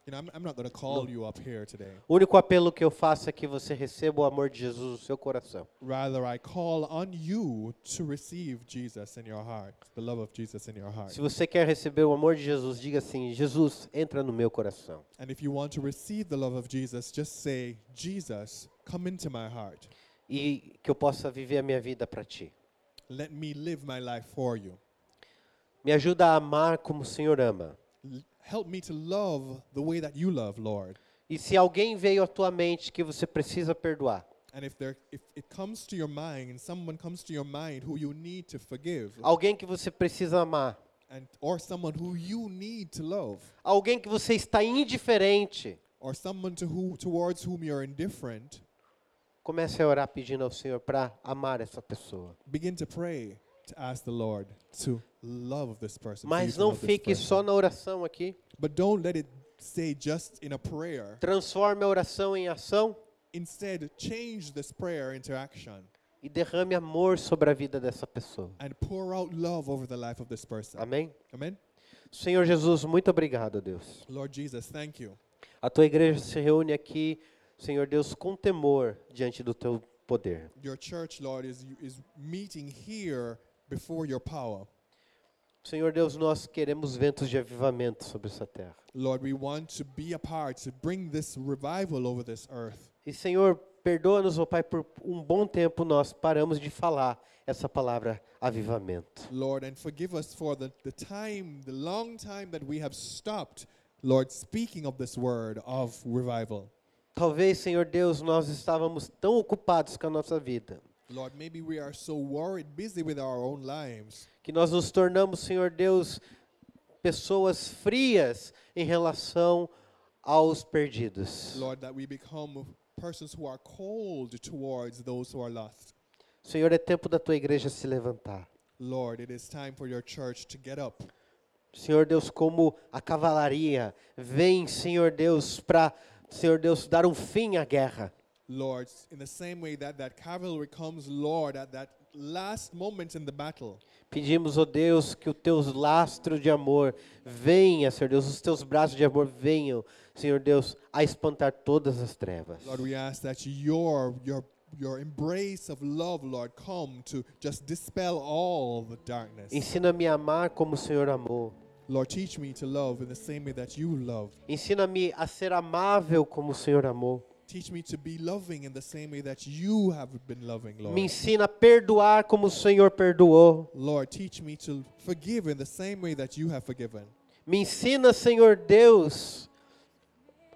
Speaker 1: You know, I'm, I'm not going to call you up here today.
Speaker 2: O único apelo que eu faço é que você receba o amor de Jesus no seu coração.
Speaker 1: Rather, I call on you to receive Jesus in your heart, the love of Jesus in your heart.
Speaker 2: Se você quer receber o amor de Jesus, diga assim: Jesus, entra no meu coração.
Speaker 1: And if you want to receive the love of Jesus, just say, Jesus, come into my heart.
Speaker 2: E que eu possa viver a minha vida para ti.
Speaker 1: Let me live my life for you.
Speaker 2: Me ajuda a amar como o Senhor ama.
Speaker 1: L- help me to love the way that you love, Lord.
Speaker 2: E se alguém veio à tua mente que você precisa perdoar,
Speaker 1: And if there, if it comes to your mind, someone comes to your mind who you need to forgive,
Speaker 2: alguém que você precisa amar,
Speaker 1: and or someone who you need to love,
Speaker 2: alguém que você está indiferente,
Speaker 1: or someone to who towards whom you're indifferent,
Speaker 2: comece a orar pedindo ao Senhor para amar essa pessoa.
Speaker 1: begin to pray to ask the Lord to love this person. for you
Speaker 2: Mas
Speaker 1: to
Speaker 2: não
Speaker 1: love this
Speaker 2: fique
Speaker 1: person.
Speaker 2: só na oração aqui.
Speaker 1: But don't let it stay just in a prayer.
Speaker 2: Transforme a oração em ação
Speaker 1: Instead, change this prayer into action
Speaker 2: e derrame amor sobre a vida dessa pessoa.
Speaker 1: and pour out love over the life of this person.
Speaker 2: Amém?
Speaker 1: Amen?
Speaker 2: Senhor Jesus, muito obrigado, Deus.
Speaker 1: Lord Jesus, thank you.
Speaker 2: A tua igreja se reúne aqui, Senhor Deus, com temor diante do teu poder.
Speaker 1: Your church, Lord, is is meeting here before your power.
Speaker 2: Senhor Deus, nós queremos ventos de avivamento sobre essa terra.
Speaker 1: Lord, we want to be a part to bring this revival over this earth.
Speaker 2: E Senhor, perdoa-nos, ó Pai, por um bom tempo nós paramos de falar essa palavra avivamento.
Speaker 1: Lord, and forgive us for the, the time, the long time that we have stopped, Lord, speaking of this word of revival.
Speaker 2: Talvez, Senhor Deus, nós estávamos tão ocupados com a nossa vida
Speaker 1: Lord, maybe we are so worried, busy with our own lives,
Speaker 2: que nós nos tornamos, Senhor Deus, pessoas frias em relação aos perdidos.
Speaker 1: Lord, that we become persons who are cold towards those who are lost.
Speaker 2: Senhor, é tempo da tua igreja se levantar.
Speaker 1: Lord, it is time for your church to get up.
Speaker 2: Senhor Deus, como a cavalaria vem, Senhor Deus, para Senhor Deus dar um fim à guerra.
Speaker 1: Lord, in the same way that that cavalry comes, Lord, at that last moment in the battle,
Speaker 2: Pedimos, ó Deus, que o teus lastro de amor venha, Senhor Deus, os teus braços de amor venham, Senhor Deus, a espantar todas as trevas.
Speaker 1: Lord, we ask that your your your embrace of love, Lord, come to just dispel all the darkness.
Speaker 2: Ensina-me a amar como o Senhor amou.
Speaker 1: Lord, teach me to love in the same way that you love.
Speaker 2: Ensina-me a ser amável como o Senhor amou.
Speaker 1: Teach me to be loving in the same way that you have been loving, Lord.
Speaker 2: Me ensina a perdoar como o Senhor perdoou.
Speaker 1: Lord, teach me to forgive in the same way that you have forgiven.
Speaker 2: Me ensina, Senhor Deus,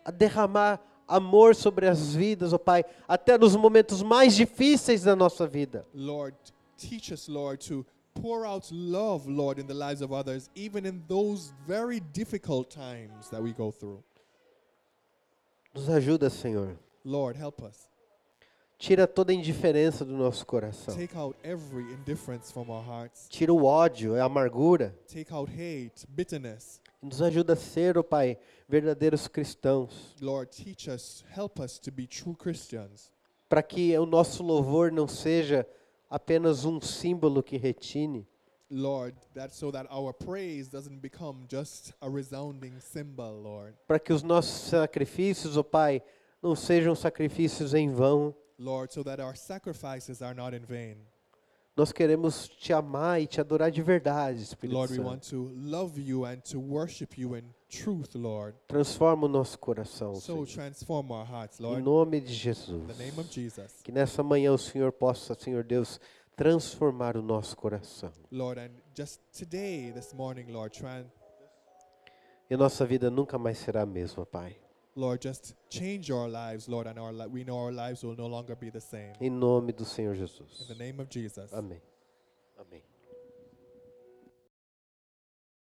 Speaker 2: a derramar amor sobre as vidas, ó Pai, até nos momentos mais difíceis da nossa vida.
Speaker 1: Lord, teach us, Lord, to pour out love, Lord, in the lives of others, even in those very difficult times that we go through.
Speaker 2: Nos ajuda, Senhor.
Speaker 1: Lord, help us.
Speaker 2: Tira toda a indiferença do nosso coração.
Speaker 1: Take out every indifference from our hearts.
Speaker 2: Tira o ódio, é a amargura.
Speaker 1: Take out hate, bitterness.
Speaker 2: Nos ajuda a ser, ó Pai, verdadeiros cristãos,
Speaker 1: Lord, teach us, help us to be true Christians,
Speaker 2: para que o nosso louvor não seja apenas um símbolo que retine,
Speaker 1: Lord, that so that our praise doesn't become just a resounding symbol, Lord.
Speaker 2: para que os nossos sacrifícios, ó Pai, não sejam sacrifícios em vão.
Speaker 1: Lord, so that our sacrifices are not in vain.
Speaker 2: Nós queremos te amar e te adorar de verdade, Espírito
Speaker 1: Lord, we
Speaker 2: Santo.
Speaker 1: want to love you and to worship you in truth, Lord.
Speaker 2: Transforma o nosso coração,
Speaker 1: So
Speaker 2: Senhor.
Speaker 1: transform our hearts,
Speaker 2: Em
Speaker 1: Lord.
Speaker 2: nome de Jesus.
Speaker 1: In the name of Jesus.
Speaker 2: Que nessa manhã o Senhor possa, Senhor Deus, transformar o nosso coração.
Speaker 1: Lord, and just today, this morning, Lord, try and,
Speaker 2: E a nossa vida nunca mais será a mesma, Pai.
Speaker 1: Lord, just change our lives, Lord, and our li- we know our lives will no longer be the same.
Speaker 2: Em nome do Senhor
Speaker 1: In
Speaker 2: Jesus.
Speaker 1: the name of Jesus.
Speaker 2: Amém. Amém.